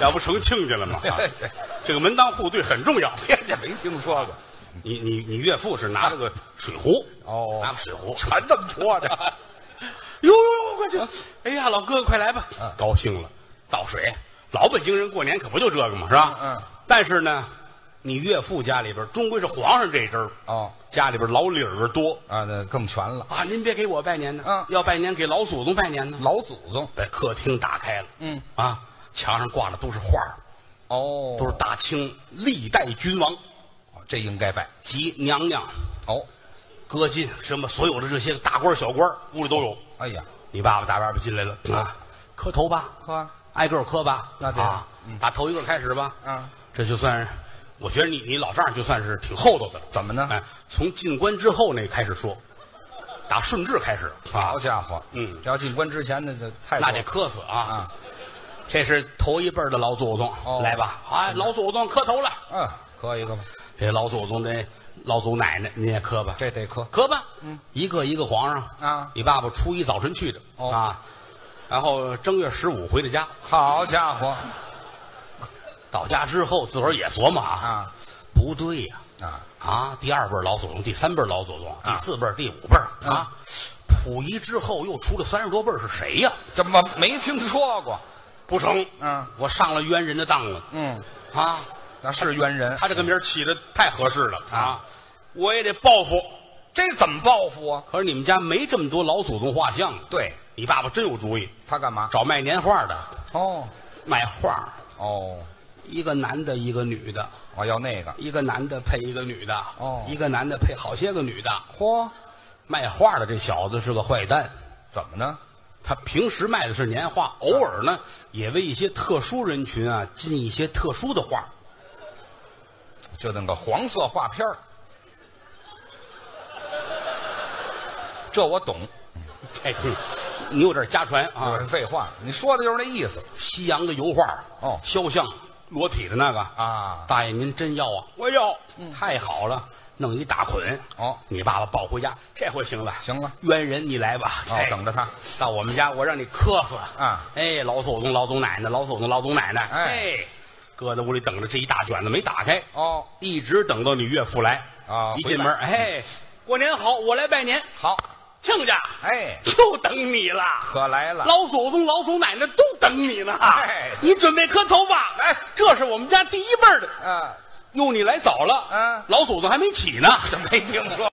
[SPEAKER 1] 要不成亲家了吗？ 啊
[SPEAKER 2] 对
[SPEAKER 1] 这个门当户对很重要。
[SPEAKER 2] 这没听说过，
[SPEAKER 1] 你你你岳父是拿了个水壶，
[SPEAKER 2] 哦
[SPEAKER 1] 拿个水壶，哎
[SPEAKER 2] 全这么拖着。
[SPEAKER 1] 哟哟哟，快
[SPEAKER 2] 啊
[SPEAKER 1] 去！哎呀，老哥哥快来吧！高兴了，倒水。老北京人过年可不就这个嘛，是吧？
[SPEAKER 2] 嗯嗯
[SPEAKER 1] 但是呢，你岳父家里边终归是皇上这一支儿，
[SPEAKER 2] 哦，
[SPEAKER 1] 家里边老理儿多
[SPEAKER 2] 啊，那更全了。
[SPEAKER 1] 啊。您别给我拜年呢，
[SPEAKER 2] 嗯
[SPEAKER 1] 要拜年给老祖宗拜年呢。
[SPEAKER 2] 老祖宗
[SPEAKER 1] 把客厅打开了，
[SPEAKER 2] 嗯
[SPEAKER 1] 啊，墙上挂的都是画儿，
[SPEAKER 2] 哦
[SPEAKER 1] 都是大清历代君王
[SPEAKER 2] 这应该拜
[SPEAKER 1] 及娘娘、
[SPEAKER 2] 哦。
[SPEAKER 1] 歌进什么所有的这些大官儿小官儿屋里都有。
[SPEAKER 2] 哎呀，
[SPEAKER 1] 你爸爸打外边进来了啊，磕头吧，
[SPEAKER 2] 呵，
[SPEAKER 1] 挨个儿磕吧，
[SPEAKER 2] 嗯啊那得
[SPEAKER 1] 啊，打头一个开始吧，
[SPEAKER 2] 嗯，
[SPEAKER 1] 这就算是，我觉得你你老丈人就算是挺厚道的了，
[SPEAKER 2] 怎么呢
[SPEAKER 1] 哎，从进关之后那开始说，打顺治开始啊
[SPEAKER 2] 好，家伙，
[SPEAKER 1] 嗯
[SPEAKER 2] 这要进关之前那就太多
[SPEAKER 1] 那得磕死啊。
[SPEAKER 2] 啊，
[SPEAKER 1] 这是头一辈儿的老祖宗，
[SPEAKER 2] 哦
[SPEAKER 1] 来吧，啊，老祖宗磕头了，
[SPEAKER 2] 嗯，磕一个吧，
[SPEAKER 1] 这老祖宗得老祖奶奶您也磕吧，
[SPEAKER 2] 这得磕
[SPEAKER 1] 磕吧，嗯，一个一个皇上
[SPEAKER 2] 啊
[SPEAKER 1] 你爸爸初一早晨去的、
[SPEAKER 2] 哦
[SPEAKER 1] 啊，然后正月十五回的家，
[SPEAKER 2] 好家伙
[SPEAKER 1] 到家之后自个儿也琢磨啊，
[SPEAKER 2] 啊
[SPEAKER 1] 不对呀、
[SPEAKER 2] 啊！
[SPEAKER 1] 啊，第二辈儿老祖宗，第三辈儿老祖宗，第四辈儿、第五辈儿啊，溥仪之后又出了三十多辈儿是谁呀、
[SPEAKER 2] 怎么没听说过？
[SPEAKER 1] 不成，
[SPEAKER 2] 嗯，
[SPEAKER 1] 我上了冤人的当了
[SPEAKER 2] 嗯，
[SPEAKER 1] 啊！
[SPEAKER 2] 那是冤人，
[SPEAKER 1] 他这个名儿起的太合适了
[SPEAKER 2] 啊！
[SPEAKER 1] 我也得报复。
[SPEAKER 2] 这怎么报复啊？
[SPEAKER 1] 可是你们家没这么多老祖宗画像啊，
[SPEAKER 2] 对
[SPEAKER 1] 你爸爸真有主意，
[SPEAKER 2] 他干嘛？
[SPEAKER 1] 找卖年画的，
[SPEAKER 2] 哦
[SPEAKER 1] 卖画，
[SPEAKER 2] 哦，
[SPEAKER 1] 一个男的，一个女的，
[SPEAKER 2] 我要那个
[SPEAKER 1] 一个男的配一个女的，
[SPEAKER 2] 哦
[SPEAKER 1] 一个男的配好些个女的。
[SPEAKER 2] 嚯，
[SPEAKER 1] 卖画的这小子是个坏蛋，
[SPEAKER 2] 怎么呢？
[SPEAKER 1] 他平时卖的是年画，偶尔呢也为一些特殊人群啊进一些特殊的画。
[SPEAKER 2] 就那个黄色画片儿，这我懂。
[SPEAKER 1] 哎，嗯你有点家传啊
[SPEAKER 2] 啊，，废话，你说的就是那意思
[SPEAKER 1] 西洋的油画
[SPEAKER 2] 哦
[SPEAKER 1] 肖像裸体的那个啊，
[SPEAKER 2] 啊！嗯
[SPEAKER 1] 大爷您真要啊？我要，太好了，弄一大捆
[SPEAKER 2] 哦
[SPEAKER 1] 你爸爸抱回家，这回行了，
[SPEAKER 2] 行了
[SPEAKER 1] 冤人你来吧，
[SPEAKER 2] 哦
[SPEAKER 1] 哎，
[SPEAKER 2] 等着他
[SPEAKER 1] 到我们家，我让你磕死
[SPEAKER 2] 啊！
[SPEAKER 1] 哎，老祖宗、老祖奶奶、老祖宗、老祖奶奶，
[SPEAKER 2] 哎
[SPEAKER 1] 哎，搁在屋里等着，这一大卷子没打开，
[SPEAKER 2] 哦，
[SPEAKER 1] 一直等到你岳父来
[SPEAKER 2] 啊
[SPEAKER 1] 一进门，
[SPEAKER 2] 回嗯
[SPEAKER 1] 哎，过年好，我来拜年，
[SPEAKER 2] 好，
[SPEAKER 1] 亲家，
[SPEAKER 2] 哎，
[SPEAKER 1] 就等你了，
[SPEAKER 2] 可来了，
[SPEAKER 1] 老祖宗、老祖奶奶都等你呢，
[SPEAKER 2] 哎
[SPEAKER 1] 你准备磕头吧，
[SPEAKER 2] 哎
[SPEAKER 1] 这是我们家第一辈儿的，
[SPEAKER 2] 啊，
[SPEAKER 1] 哟，你来早了，
[SPEAKER 2] 嗯
[SPEAKER 1] 老祖宗还没起呢，
[SPEAKER 2] 没听说。